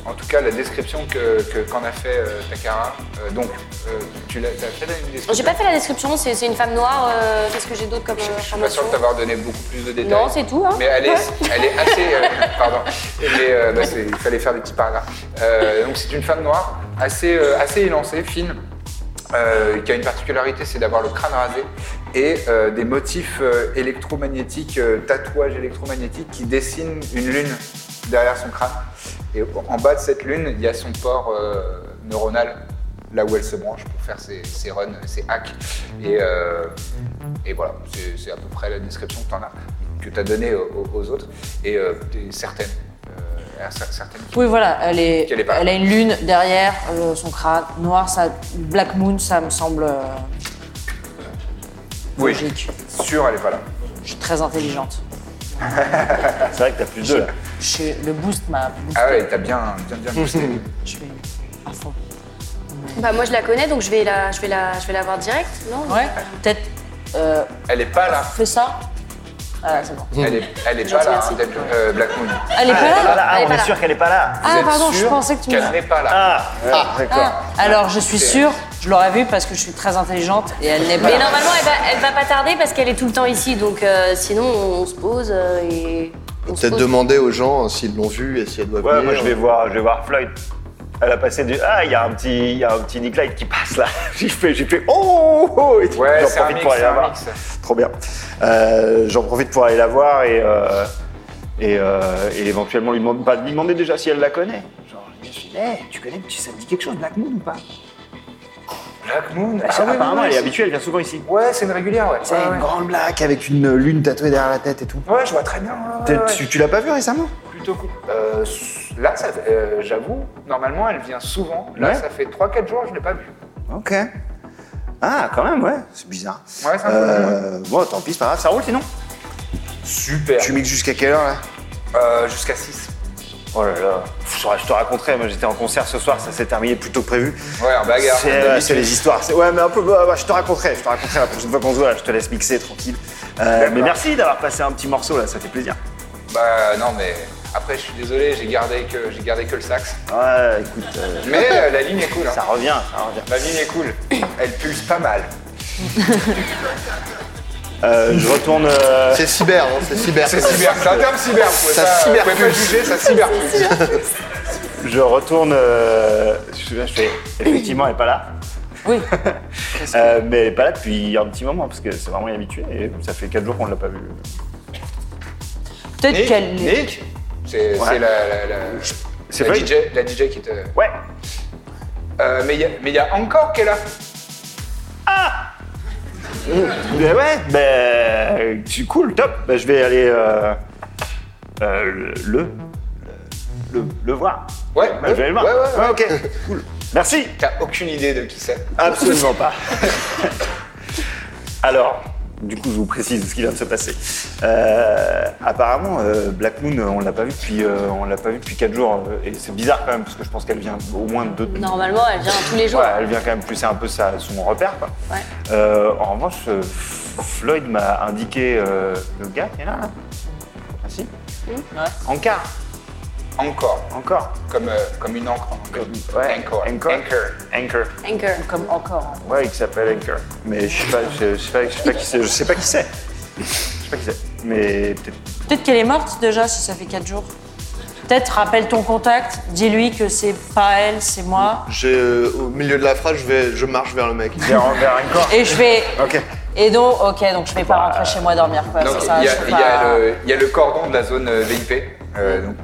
en tout cas, la description que que- qu'en a fait euh, Takara. euh, donc, euh, tu l'as t'as fait la une description.
J'ai pas fait la description, c'est c'est une femme noire. euh, Qu'est-ce que j'ai d'autre comme euh,
Je suis pas sûr
information
de t'avoir donné beaucoup plus de détails.
Non, c'est tout, hein.
Mais elle est, elle est assez. euh, pardon. Mais euh, bah, c'est- il fallait faire des petits paragraphes. Euh, donc c'est une femme noire, assez, euh, assez élancée, fine, euh, qui a une particularité, c'est d'avoir le crâne rasé et euh, des motifs euh, électromagnétiques, euh, tatouages électromagnétiques qui dessinent une lune derrière son crâne. Et en bas de cette lune, il y a son port euh, neuronal, là où elle se branche pour faire ses, ses runs, ses hacks. Et, euh, et voilà, c'est c'est à peu près la description que tu en as, que tu as donnée aux, aux autres. Et euh, t'es certaine, euh, cer- certaine qui-
Oui, voilà, elle, est,
Qu'elle est pas.
elle a une lune derrière euh, son crâne noir, ça, Black Moon, ça me semble euh,
oui,
logique.
sûre, elle est pas là.
Je suis très intelligente.
C'est vrai que t'as plus de là.
Je suis- le boost m'a boosté.
Ah ouais, t'as bien, bien, bien boosté.
Je suis à fond.
Bah, moi, je la connais, donc je vais la, je vais la, je vais la voir direct, non
Ouais, peut-être euh,
Elle est pas là.
fais ça. Voilà, c'est bon.
Elle est, elle est pas là, hein, Dead- euh, Black Moon. Vous
Elle est pas là
Ah,
Elle est
on
pas
est
là.
sûr qu'elle est pas là.
Ah,
êtes
pardon, je
sûre
pensais que tu me
Qu'elle n'est pas là.
Ah, d'accord.
Ah, alors je suis sûre, je l'aurais vue parce que je suis très intelligente et elle n'est pas
Mais
là.
normalement, elle va, elle va pas tarder parce qu'elle est tout le temps ici, donc euh, sinon, on se pose euh, et. on se
Peut-être
pose.
demander aux gens hein, s'ils l'ont vu et si elle doit
Ouais,
venir.
moi je vais voir, je vais voir Floyd. Elle a passé du ah, il y a un petit, il y a un petit Nick Light qui passe là. J'ai fait, j'ai fait oh, oh, oh, et tout.
Ouais,
j'en
c'est un
profite
mix,
pour aller
c'est
la
un
voir.
mix.
Trop bien. Euh, j'en profite pour aller la voir et euh, et, euh, et éventuellement lui demander, pas lui demander déjà si elle la connaît. Genre, je suis Eh, tu connais, tu- ça me dit quelque chose, Black Moon ou pas
Black Moon
Ah,
oui, oui, oui,
Apparemment, elle est
c'est-
habituée, elle vient souvent ici.
Ouais, c'est une régulière, ouais.
C'est
Ouais,
une
ouais.
grande black avec une lune tatouée derrière la tête et tout.
Ouais, je vois très bien. ouais,
T'as-
ouais, ouais.
Tu, tu l'as pas vu récemment
Plutôt cool. Euh, là, ça fait- euh, j'avoue, normalement, elle vient souvent. Là,
Ouais.
ça fait 3-4 jours, je ne l'ai pas vue.
Ok. Ah, quand même, ouais, c'est bizarre.
Ouais, c'est un peu
Euh, Bon, tant pis, c'est pas grave, ça roule sinon
Super.
Tu mixes jusqu'à quelle heure là
Euh, Jusqu'à 6.
Oh là là, Pff, je te- je te raconterai, moi j'étais en concert ce soir, ça s'est terminé plus tôt que prévu.
Ouais, en bagarre.
C'est
D'habitude.
euh, c'est les histoires. c'est- Ouais, mais un peu, bah, bah, je te raconterai, je te raconterai la prochaine fois qu'on se voit, là, je te laisse mixer tranquille. Euh, mais merci d'avoir passé un petit morceau là, ça fait plaisir.
Bah non, mais après, je suis désolé, j'ai gardé que, j'ai gardé que le sax.
Ouais, écoute, euh,
Mais euh, la ligne est cool. hein.
ça revient, ça revient.
La ligne est cool. Elle pulse pas mal.
Euh, je retourne. euh,
C'est cyber, hein, c'est cyber.
C'est cyber, c'est un terme cyber. Vous pouvez
Ça
pas, vous pouvez pas
cyberpulse.
juger, ça cyberpulse.
Je retourne. euh, je, je fais. Effectivement, elle n'est pas là.
Oui.
Euh, mais elle n'est pas là depuis un petit moment parce que c'est vraiment inhabitué et ça fait 4 jours qu'on ne l'a pas vue.
Peut-être
Nick,
qu'elle.
Nick c'est
Ouais.
c'est la, la, la,
C'est
la
vrai.
DJ, la DJ qui te.
Ouais.
Euh, mais il y a- mais il y a encore qui est là.
Mais ouais. Ben c'est cool, top. Ben, je vais aller euh, euh, le, le le le voir.
Ouais,
Ben, je vais aller le voir.
ouais, ouais, ouais.
ok. Cool. Merci.
T'as aucune idée de qui c'est.
Absolument pas. Alors, du coup, je vous précise ce qui vient de se passer. Euh, apparemment, euh, Black Moon, euh, on l'a pas vu depuis, euh, on l'a pas vu depuis 4 jours. euh, Et c'est bizarre quand même, parce que je pense qu'elle vient au moins de deux.
Normalement, elle vient tous les jours.
Ouais, elle vient quand même plus, c'est un peu sa- son repère. Quoi.
Ouais.
Euh, en revanche, euh, F- Floyd m'a indiqué euh, le gars qui est là. là. Ah si Encore,
Encore.
encore.
Comme, euh, comme une encre. en anglais.
Ouais,
Anchor.
Anchor.
Anchor.
Anchor.
Anchor.
Comme encore. hein.
Ouais, qui s'appelle Anchor. Mais je sais pas, je sais pas, je sais pas qui c'est. Je sais pas qui c'est. Je sais pas qui c'est. Mais peut-être.
Peut-être qu'elle est morte déjà si ça fait 4 jours. Peut-être rappelle ton contact, dis-lui que c'est pas elle, c'est moi.
J'ai, euh, au milieu de la phrase, je, vais, je marche vers le mec.
Vers, vers Anchor.
Et je vais.
Ok.
Et donc, ok, donc je vais pas rentrer chez moi dormir quoi.
Donc, il
c'est
y,
ça,
a-
je vais
il y a
pas-
le- il y a le cordon de la zone euh, VIP. Euh, donc,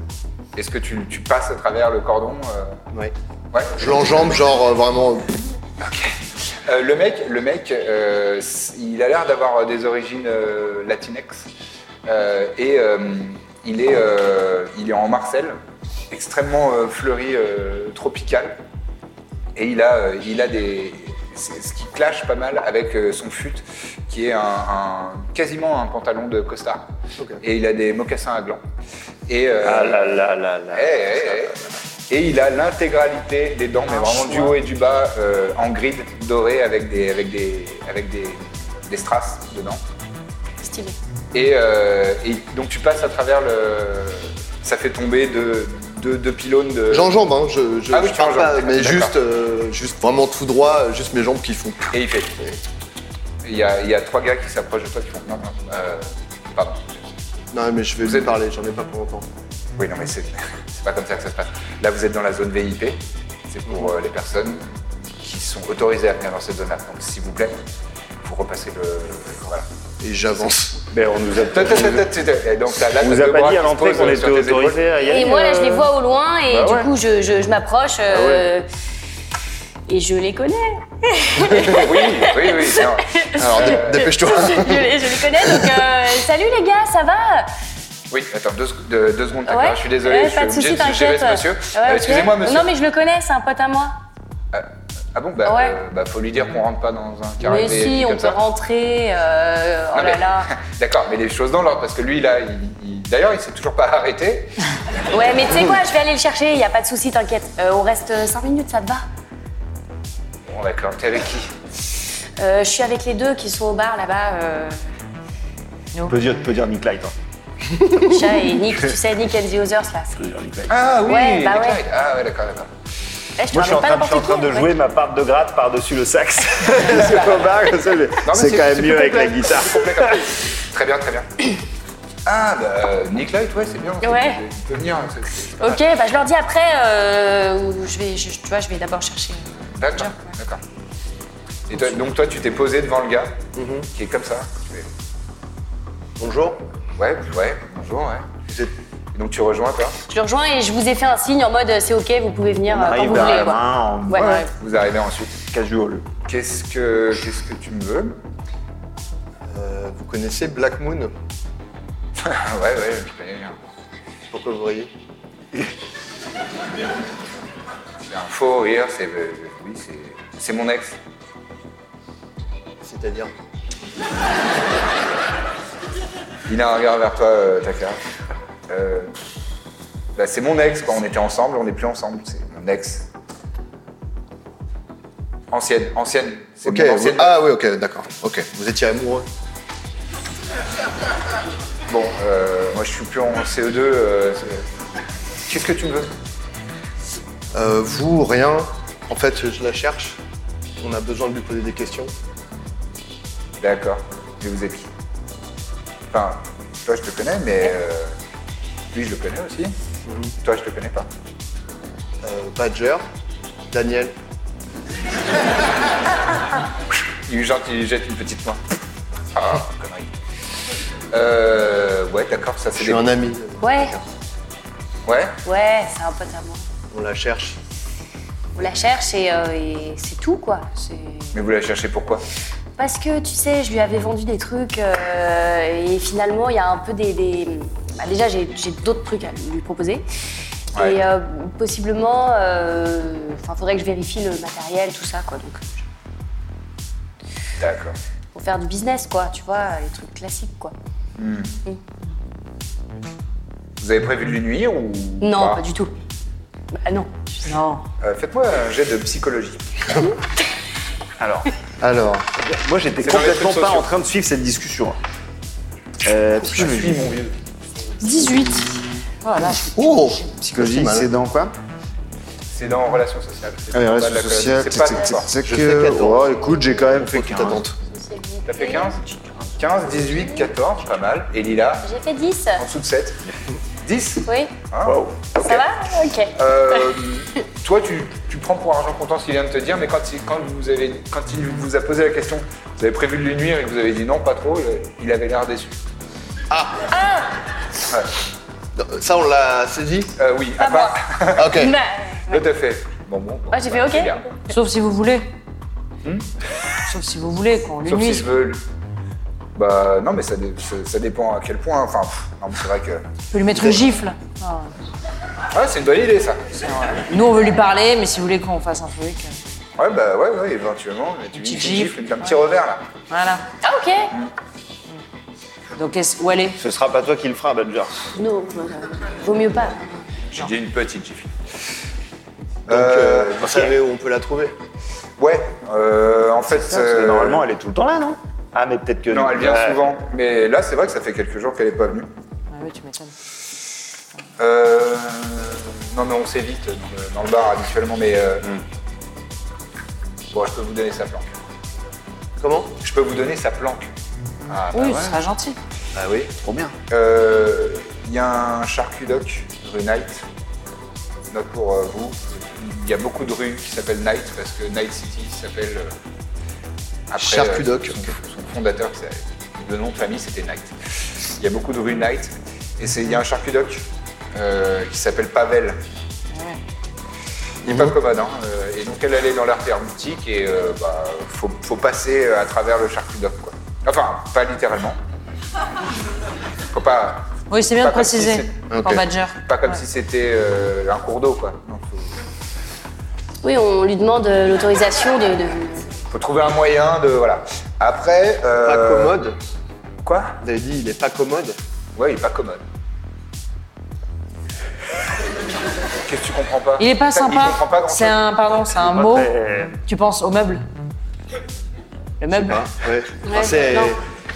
Est-ce que tu, tu passes à travers le cordon euh,
Ouais.
Ouais.
Je l'enjambe, genre euh, vraiment.
Euh, le mec, le mec euh, s- il a l'air d'avoir des origines euh, latinex. Euh, et euh, il, est, euh, il est en Marseille, extrêmement euh, fleuri, euh, tropical. Et il a, euh, il a des. c'est Ce qui clash pas mal avec euh, son fut, qui est un, un- quasiment un pantalon de costard. Et il a des mocassins à glands. Et, euh,
Ah là là là là.
eh, eh, eh. Et il a l'intégralité des dents, mais vraiment du haut et du bas, euh, en grid doré avec des, avec des, avec des, des strass dedans.
Stylé.
Et, euh, et donc tu passes à travers le. Ça fait tomber deux, deux, deux pylônes de.
J'enjambe, hein, je, je,
Ah oui,
je
tu
parle pas,
enjambes,
mais
d'accord.
juste, euh, juste vraiment tout droit, euh, juste mes jambes qui font.
Et il fait. Il y a, il y a trois gars qui s'approchent de toi qui font. Non, non, euh, pardon.
Non, mais je vais
Vous
lui
êtes-
parler, j'en ai pas pour longtemps.
Oui, non, mais c'est c'est pas comme ça que ça se passe. Là, vous êtes dans la zone VIP. C'est pour euh, les personnes qui sont autorisées à venir dans cette zone-là. Donc, s'il vous plaît, vous repassez le. Voilà.
Et j'avance.
Ben, on nous a.
Ta- ta- ta- ta- ta- ta- Et donc, là, là,
On
t'as
nous a
deux
pas
bras
dit à
qui se
l'entrée
posent
qu'on
sur
était
tes
autorisé à y aller.
Et moi, là, je les
euh,
vois au loin et
bah
du
ouais.
coup, je, je- je m'approche
Bah
euh, et je les connais.
épaules. Oui, oui, oui. non.
Alors, dé- dépêche-toi.
je, les- je les connais, donc euh, salut les gars, ça va
Oui, attends, deux, sec- deux- deux secondes, Takara,
Ouais.
je suis désolé,
Ouais,
je suis
pas de
obligé
soucis,
de gérer ce
t'inquiète.
monsieur.
Ouais,
Euh,
ok.
Excusez-moi, monsieur.
Non, mais je le connais, c'est un pote à moi.
Ah, ah bon, bah,
Ouais.
euh, bah, faut lui dire qu'on rentre pas dans un carré
mais
VIP
si, on
comme
peut
ça.
rentrer. euh, oh
Non,
là
mais-
là.
D'accord, mais les choses dans l'ordre, parce que lui, là, il- il- d'ailleurs, il s'est toujours pas arrêté.
Ouais, mais tu sais quoi, je vais aller le chercher, y a pas de souci, t'inquiète. Euh, on reste 5 minutes, ça te va
Bon, d'accord, t'es avec qui
Euh, Je suis avec les deux qui sont au bar là-bas, euh,
On peut dire, on peut dire Nick Light. hein.
Chat et Nick, tu sais, Nick and the Others là.
On peut dire Nick Light.
Ah oui,
Ouais, bah
les
ouais.
Clyde. Ah ouais, d'accord, d'accord.
Eh, je te
Moi, je suis en
ramène pas
train, je suis en
n'importe
train
qui,
de
ouais.
jouer ma part de gratte par-dessus le sax. C'est pas mal, comme ça, mais
Non, mais
c'est quand même
plus
mieux avec la
complet.
guitare.
C'est plus complet comme ça. très bien, très bien. Ah bah, euh, Nick Light, ouais, c'est bien. c'est-
Ouais.
Il peut venir. hein, c'est- c'est-
Ok, bah je leur dis après, euh, ou je vais, je- tu vois, je vais d'abord chercher.
D'accord, d'accord. Et toi- donc toi, tu t'es posé devant le gars,
Mhm.
qui est comme ça. Tu fais,
Bonjour.
Ouais, ouais, bonjour, ouais.
Vous êtes-
Donc tu rejoins toi
Je le rejoins et je vous ai fait un signe en mode euh, c'est ok, vous pouvez venir
On
euh, quand
arrive
vous
derrière hein,
voulez.
la
quoi.
main en
Ouais.
Ouais. Vous arrivez ensuite.
casual.
Qu'est-ce que qu'est-ce que tu me veux
Euh, vous connaissez Black Moon
Ah ouais ouais, je connais bien.
Pourquoi vous riez
C'est un faux rire, c'est euh, oui, c'est c'est mon ex.
C'est-à-dire
Il a un regard vers toi, euh, Taka. Euh, bah, c'est mon ex quand on était ensemble, on n'est plus ensemble, c'est mon ex. Ancienne, ancienne. C'est
Ok,
mon
vous-
ancienne.
ah oui, ok, d'accord. Ok, vous étiez amoureux.
Bon, euh, moi je suis plus en CE2. euh, c'est- Qu'est-ce que tu me veux
Euh, vous, rien. En fait, je la cherche. On a besoin de lui poser des questions.
D'accord, je vous ai qui Enfin, toi je te connais, mais euh, lui je le connais aussi.
Mhm.
Toi je te connais pas.
Euh, Badger, Daniel,
Il, genre, il jette une petite main. Ah, connerie. Euh, ouais, d'accord, ça
je
c'est
suis
des...
un ami.
Ouais,
Ouais
ouais, c'est un pote à moi.
On la cherche.
On la cherche et, euh, et c'est tout quoi. C'est-
Mais vous la cherchez pourquoi
Parce que tu sais, je lui avais vendu des trucs euh, et finalement, il y a un peu des. des- bah, déjà, j'ai j'ai d'autres trucs à lui proposer.
Ouais.
Et euh, possiblement, euh, enfin, faudrait que je vérifie le matériel, tout ça, quoi. Donc,
D'accord.
pour faire du business, quoi, tu vois, les trucs classiques, quoi.
Vous avez prévu de lui nuire ou
Non,
Ah.
pas du tout. Bah, non.
Non.
Euh, Faites-moi un jet de psychologie.
Alors,
Alors,
moi j'étais
C'est dans les
complètement
trucs
pas
sociaux.
en train de suivre cette discussion. Euh,
Je suis mon vieux.
18. Voilà,
oh
psychologie,
mal.
c'est dans quoi
C'est dans relations sociales. C'est
Ah, les
pas de
relations
la-
sociales,
C'est pas
tic,
de
tic,
sport.
tic, tic,
Je fais
euh,
14.
oh, écoute, j'ai quand même fait
Toute
15.
attente.
T'as fait 15 15, 18, 14, pas mal. Et Lila,
J'ai fait 10.
en dessous de 7. 10
Oui,
Hein Ok.
ça va Ok.
Euh, toi, tu, tu prends pour argent comptant ce qu'il vient de te dire, mais quand il, quand, vous avez, quand il vous a posé la question, vous avez prévu de lui nuire et que vous avez dit non, pas trop, il, il avait l'air déçu.
Ça, on l'a saisi
Euh, oui, à part.
Ah, Ok.
Tout à fait. Bon, bon. bon
Ouais, j'ai
bah,
fait ok.
c'est bien.
euh. Sauf si vous voulez. Sauf si vous voulez qu'on lui
Hmm Sauf si
nuise.
je veux. Bah non, mais ça, dé- ça- ça dépend à quel point. Enfin, pff, non, mais c'est vrai que.
Je peux lui mettre une gifle. Ah.
Ah, c'est une bonne idée ça.
Nous, on veut lui parler, mais si vous voulez qu'on fasse un truc. euh,
Ouais, bah ouais, ouais, éventuellement. mais tu lui mets une
petite
gifle,
gifle.
un petit revers là.
Voilà. Hmm.
Ah, ok.
Donc, est-ce- où elle est
Ce sera pas toi qui le feras, Badger.
Non, euh, vaut mieux pas.
J'ai dit une petite gifle.
Donc, euh,
Euh,
vous savez où on peut la trouver
Ouais, euh, en fait.
Parce que
euh,
Normalement, elle est tout le temps là, non Ah, mais peut-être que.
Non, elle vient
Ouais.
souvent. Mais là, c'est vrai que ça fait quelques jours qu'elle n'est pas venue.
Ah oui, tu m'étonnes.
Euh, non, mais on s'évite dans le, dans le bar habituellement, mais. euh, Bon, je peux vous donner sa planque.
Comment
Je peux vous donner sa planque. Ah, bah
oui,
ouais.
ce sera gentil.
Bah
Ah oui.
Trop bien.
Euh, Il y a un charcudoc, rue Night. Note pour euh, vous. Il y a beaucoup de rues qui s'appellent Night parce que Night City s'appelle. euh, après,
Charcudoc,
euh, son,
ok.
son fondateur, qui s'appelle- le nom de famille c'était Night. Il y a beaucoup de rues Night. Et c'est- il y a un charcudoc euh, qui s'appelle Pavel. Il n'est pas commode, hein. Euh, Et donc elle, elle est dans l'artère boutique et euh, bah, faut, faut passer à travers le charcudoc. Quoi. Enfin, pas littéralement. Faut pas.
Oui, c'est bien
Pas
de
comme si
préciser
c'est-
pour Badger.
Pas comme
Ouais.
si c'était euh, un cours d'eau, quoi. Donc, faut,
Oui, on lui demande euh, l'autorisation de, de.
faut trouver un moyen de. Voilà. Après. euh,
Pas commode
Quoi
Vous avez dit, il est pas commode
Ouais, il est pas commode. Qu'est-ce que tu comprends pas
Il est pas
Ça,
sympa.
Il comprend pas grand
C'est un, pardon, c'est un
pas
mot.
très-
Tu penses au meuble. Le meuble.
Ouais. Enfin, Ah, c'est-
non.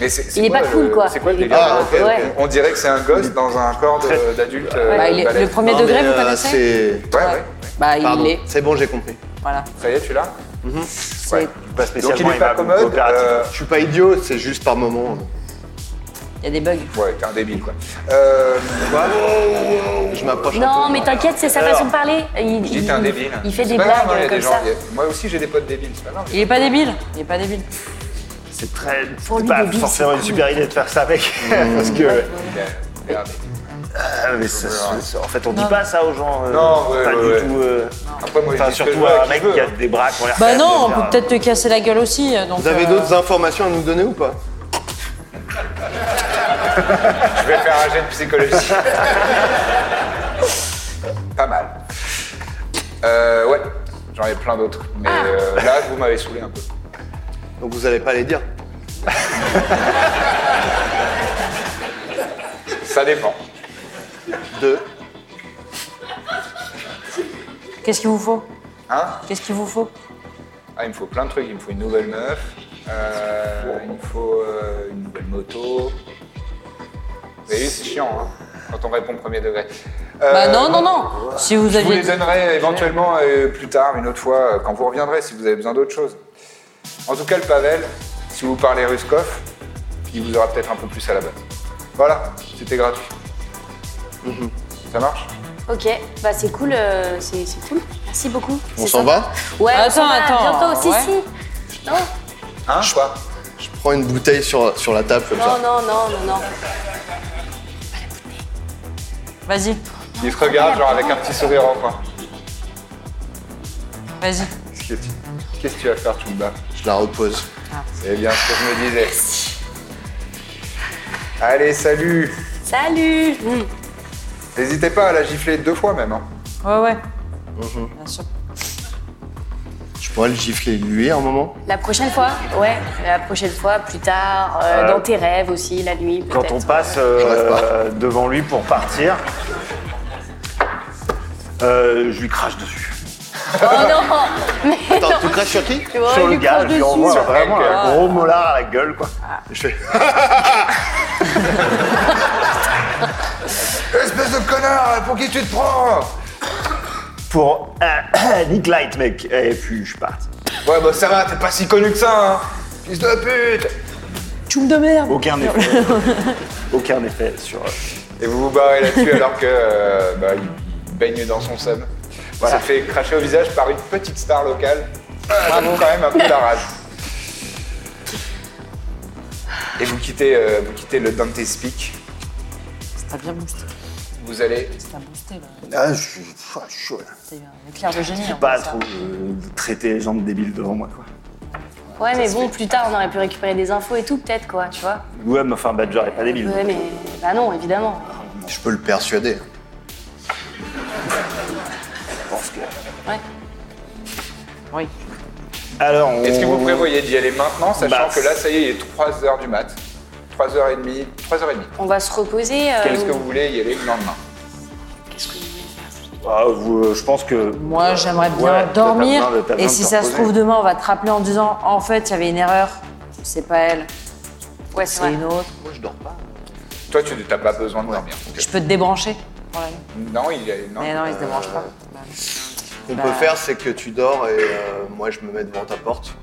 Mais c'est- c'est
Il est pas cool, quoi.
C'est quoi le
Il est
délire
pas-
Ah, ok, ok.
ouais.
On dirait que c'est un gosse dans un corps de- d'adulte. euh,
Bah, il est- le
balèze.
premier
Non,
degré,
mais,
vous
euh,
connaissez
c'est-
Ouais, ouais.
Bah, il
Pardon,
est.
c'est bon, j'ai compris.
Voilà.
Ça y est, tu l'as
C'est-
Ouais.
Pas
Donc
Mhm. spécialement
il est pas
aimable ou
commode.
coopératif.
euh,
Je suis pas idiot, c'est juste par moment.
Il y a des bugs.
Ouais, t'es un débile, quoi. Euh,
Je m'approche
Non,
un peu.
mais t'inquiète, c'est sa façon de parler. Il,
je dis
il-
t'es un débile.
Il fait
C'est
des
pas grave,
blagues
hein, il y a des
euh, comme
gens-
ça.
il y a- Moi aussi, j'ai des potes débiles, c'est pas grave.
Il est pas débile. Il est pas débile.
C'est très.
lui,
C'est pas
débile,
Mm.
forcément une super idée de faire ça avec. parce que.
Il est- il est-
Ah, mais ça, ça- ça- en fait, on dit pas ça aux gens. euh,
Non, ouais,
pas
ouais,
du
ouais.
tout. euh,
Après, moi, je
Enfin,
dis ce que je
surtout
veux,
à un
qui
mec
veut,
qui a
hein.
des bras qui ont l'air.
Bah
faibles,
non, on
etc.
peut peut-être te casser la gueule aussi. Donc,
Vous avez
euh,
d'autres informations à nous donner ou pas
Je vais faire un jet de psychologie. Pas mal. Euh, ouais, j'en ai plein d'autres. Mais
Ah.
euh, là, vous m'avez saoulé un peu.
Donc vous allez pas les dire.
Ça dépend.
Deux.
Qu'est-ce qu'il vous faut
Hein
Qu'est-ce qu'il vous faut
Ah, il me faut plein de trucs. Il me faut une nouvelle meuf. euh, il me faut euh, une nouvelle moto. Vous avez vu, c'est chiant, hein, quand on répond premier degré.
Bah
Euh,
non, non, non. Si vous
Je vous
aviez.
les donnerai éventuellement euh, plus tard, une autre fois, euh, quand vous reviendrez, si vous avez besoin d'autre chose. En tout cas, le Pavel, si vous parlez Ruskov, il vous aura peut-être un peu plus à la base. Voilà, c'était gratuit. Mhm. Ça marche
Ok, bah c'est cool, euh, c'est c'est cool. Merci beaucoup.
On
C'est
s'en
sympa.
va
Ouais, on
Attends,
s'en va,
attends,
Bientôt, si,
ouais.
si. Non,
Hein Quoi
Je prends une bouteille sur, sur la table comme
non,
ça.
non, non, non, non.
Vas-y,
Il se regarde, genre avec un petit sourire en coin.
vas-y.
Qu'est-ce que tu- qu'est-ce que tu vas faire, Chumba
Je la repose.
C'est bien ce que je me disais. Allez, salut
Salut Mm.
N'hésitez pas à la gifler deux fois même. hein.
Ouais, ouais.
Mhm.
Bien sûr.
Je pourrais le gifler lui à un moment.
La prochaine fois Ouais, la prochaine fois, plus tard, euh,
Euh,
dans tes rêves aussi, la nuit
Quand
peut-être.
on passe euh,
J'arrive pas.
euh, devant lui pour partir, euh, je lui crache dessus.
Oh non Mais
Attends, tu craches sur qui
tu
Oh,
vois,
Sur
il
le
lui crache
gars, je lui
dessus.
envoie vraiment
quelqu'un.
un gros molar à la gueule, quoi.
Je fais.
Espèce de connard, pour qui tu te prends
Pour un Nick Light, mec. Et puis, je pars.
Ouais, bah ça va, t'es pas si connu que ça, hein Fils de pute
Tchoum de merde.
Aucun effet. Aucun effet sur. euh,
Et vous vous barrez là-dessus alors que euh, bah, il baigne dans son seum. Voilà. fait cracher au visage par une petite star locale. Euh, ça fout quand même un peu la rage. Et vous quittez, euh, vous quittez le Dante's Peak.
T'as bien boosté.
Vous allez.
T'as boosté là.
Ah, je suis pff, je suis chaud là.
T'as eu un éclair de génie. en
Pas
fait, ça.
trop euh, traiter les gens de débiles devant moi, quoi.
Ouais, mais bon, plus tard, on aurait pu récupérer des infos et tout, peut-être, quoi, tu vois.
Ouais, mais enfin, Badger est pas débile.
Ouais, mais bah non, évidemment.
Je peux le persuader.
Je pense que.
Ouais.
Oui.
Alors, on...
Est-ce que vous prévoyez d'y aller maintenant, sachant
Oh. Bah,
que là, ça y est, il est 3h du mat. 3h30, 3h30.
On va se reposer. euh,
Qu'est-ce que
ou-
vous voulez y aller le lendemain
Ah, vous, euh, je pense que.
Moi, j'aimerais bien
Ouais, t'as
dormir.
besoin de- t'as besoin
et
de
si
te
ça se
reposer.
trouve demain, on va te rappeler en disant en fait, il y avait une erreur. C'est pas elle,
Ouais, c'est
c'est
vrai.
une autre.
Moi je dors pas.
Toi, tu n'as pas besoin de dormir.
Je peux te débrancher. Bah, pour la nuit.
Eh Non, il y a.
Mais non, il se débranche pas.
Ce qu'on peut faire, c'est que tu dors et euh, moi je me mets devant ta porte.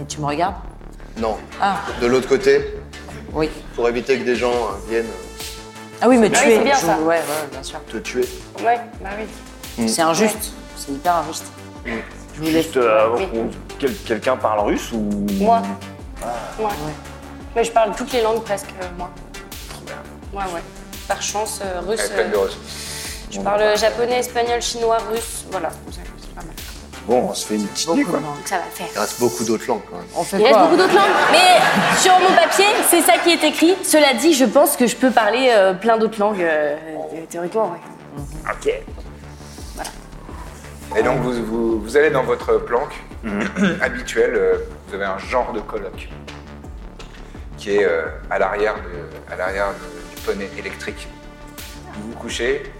Et tu me regardes
Non.
Ah.
De l'autre côté,
Oui.
pour éviter que des gens euh, viennent
Ah oui, mais tu
Oui,
es.
c'est bien,
je-
ça.
Ouais, ouais, bien sûr.
te tuer.
Ouais, bah oui.
Mm.
C'est injuste. C'est hyper injuste. Je voulais.
Juste euh, avant
Oui.
qu'on- Ah, quel- quelqu'un parle russe ou.
Moi. Moi. Mais je parle toutes les langues presque, euh, moi. Ouais, ouais. Par chance, euh, russe.
peine de
euh,
ressources.
je parle japonais, espagnol, chinois, russe. Voilà, c'est pas mal.
Bon, on se fait une petite nuit,
Beaucoup
quoi.
de monde.
Donc ça va le faire.
Il reste beaucoup d'autres langues quand même.
On fait
Il reste
quoi
beaucoup d'autres langues, mais sur mon papier, c'est ça qui est écrit. Cela dit, je pense que je peux parler euh, plein d'autres langues, euh, euh, théoriquement, ouais.
Ok.
Et donc vous, vous- vous allez dans votre planque habituelle, euh, vous avez un genre de colloque qui est euh, à l'arrière de- à l'arrière de- du poney électrique. Vous vous couchez.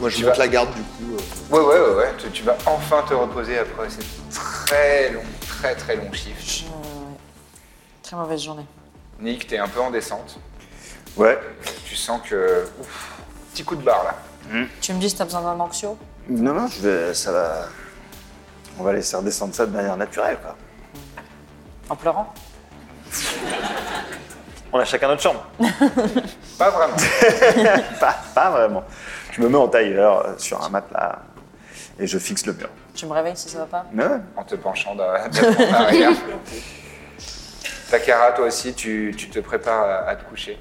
Moi je
Tu
monte
vas-
la garde du coup. euh,
Ouais, ouais, ouais, ouais, Tu, tu vas enfin te reposer après ces très long, très très long chiffre.
Très mauvaise journée.
Nick, t'es un peu en descente.
Ouais.
Tu sens que... Ouf, petit coup de barre là.
Tu me dis si t'as besoin d'un anxio
Non, non, je vais, ça va. On va laisser redescendre ça de manière naturelle, quoi.
En pleurant
On a chacun notre chambre.
Pas vraiment.
pas, pas vraiment. Je me mets en tailleur euh, sur un matelas et je fixe le mur.
Tu me réveilles si ça va pas
Non
en te penchant d'un d'un cran en arrière. Takara, toi aussi, tu, tu te prépares à, à te coucher.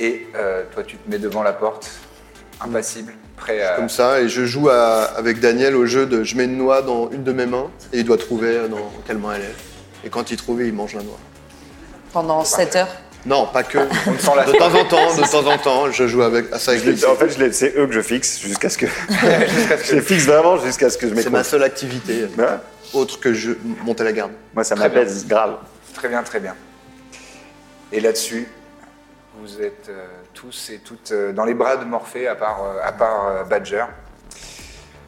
Et euh, toi, tu te mets devant la porte, impassible, prêt à.
comme ça, et je joue à- avec Daniel au jeu de je mets une noix dans une de mes mains, et il doit trouver dans quelle main elle est. Et quand il trouve, il mange la noix.
Pendant 7 heures.
Non, pas que.
On s'en lasse.
De temps en temps, de temps en temps, je joue avec, à ça avec lui.
En fait, je les- c'est eux que je fixe jusqu'à ce que. je les fixe vraiment jusqu'à ce que je
C'est ma
m'écoute.
seule activité, autre que je monter la garde.
Moi, ça
Très bien.
m'apaise grave.
Très bien, très bien. Et là-dessus, vous êtes euh, tous et toutes euh, dans les bras de Morphée, à part, euh, à part euh, Badger.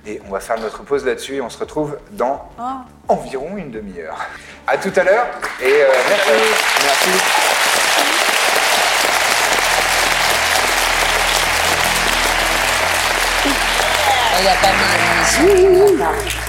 Et on va faire notre pause là-dessus et on se retrouve dans environ une demi-heure. À tout à l'heure et euh, merci. merci.
Il a pas mis.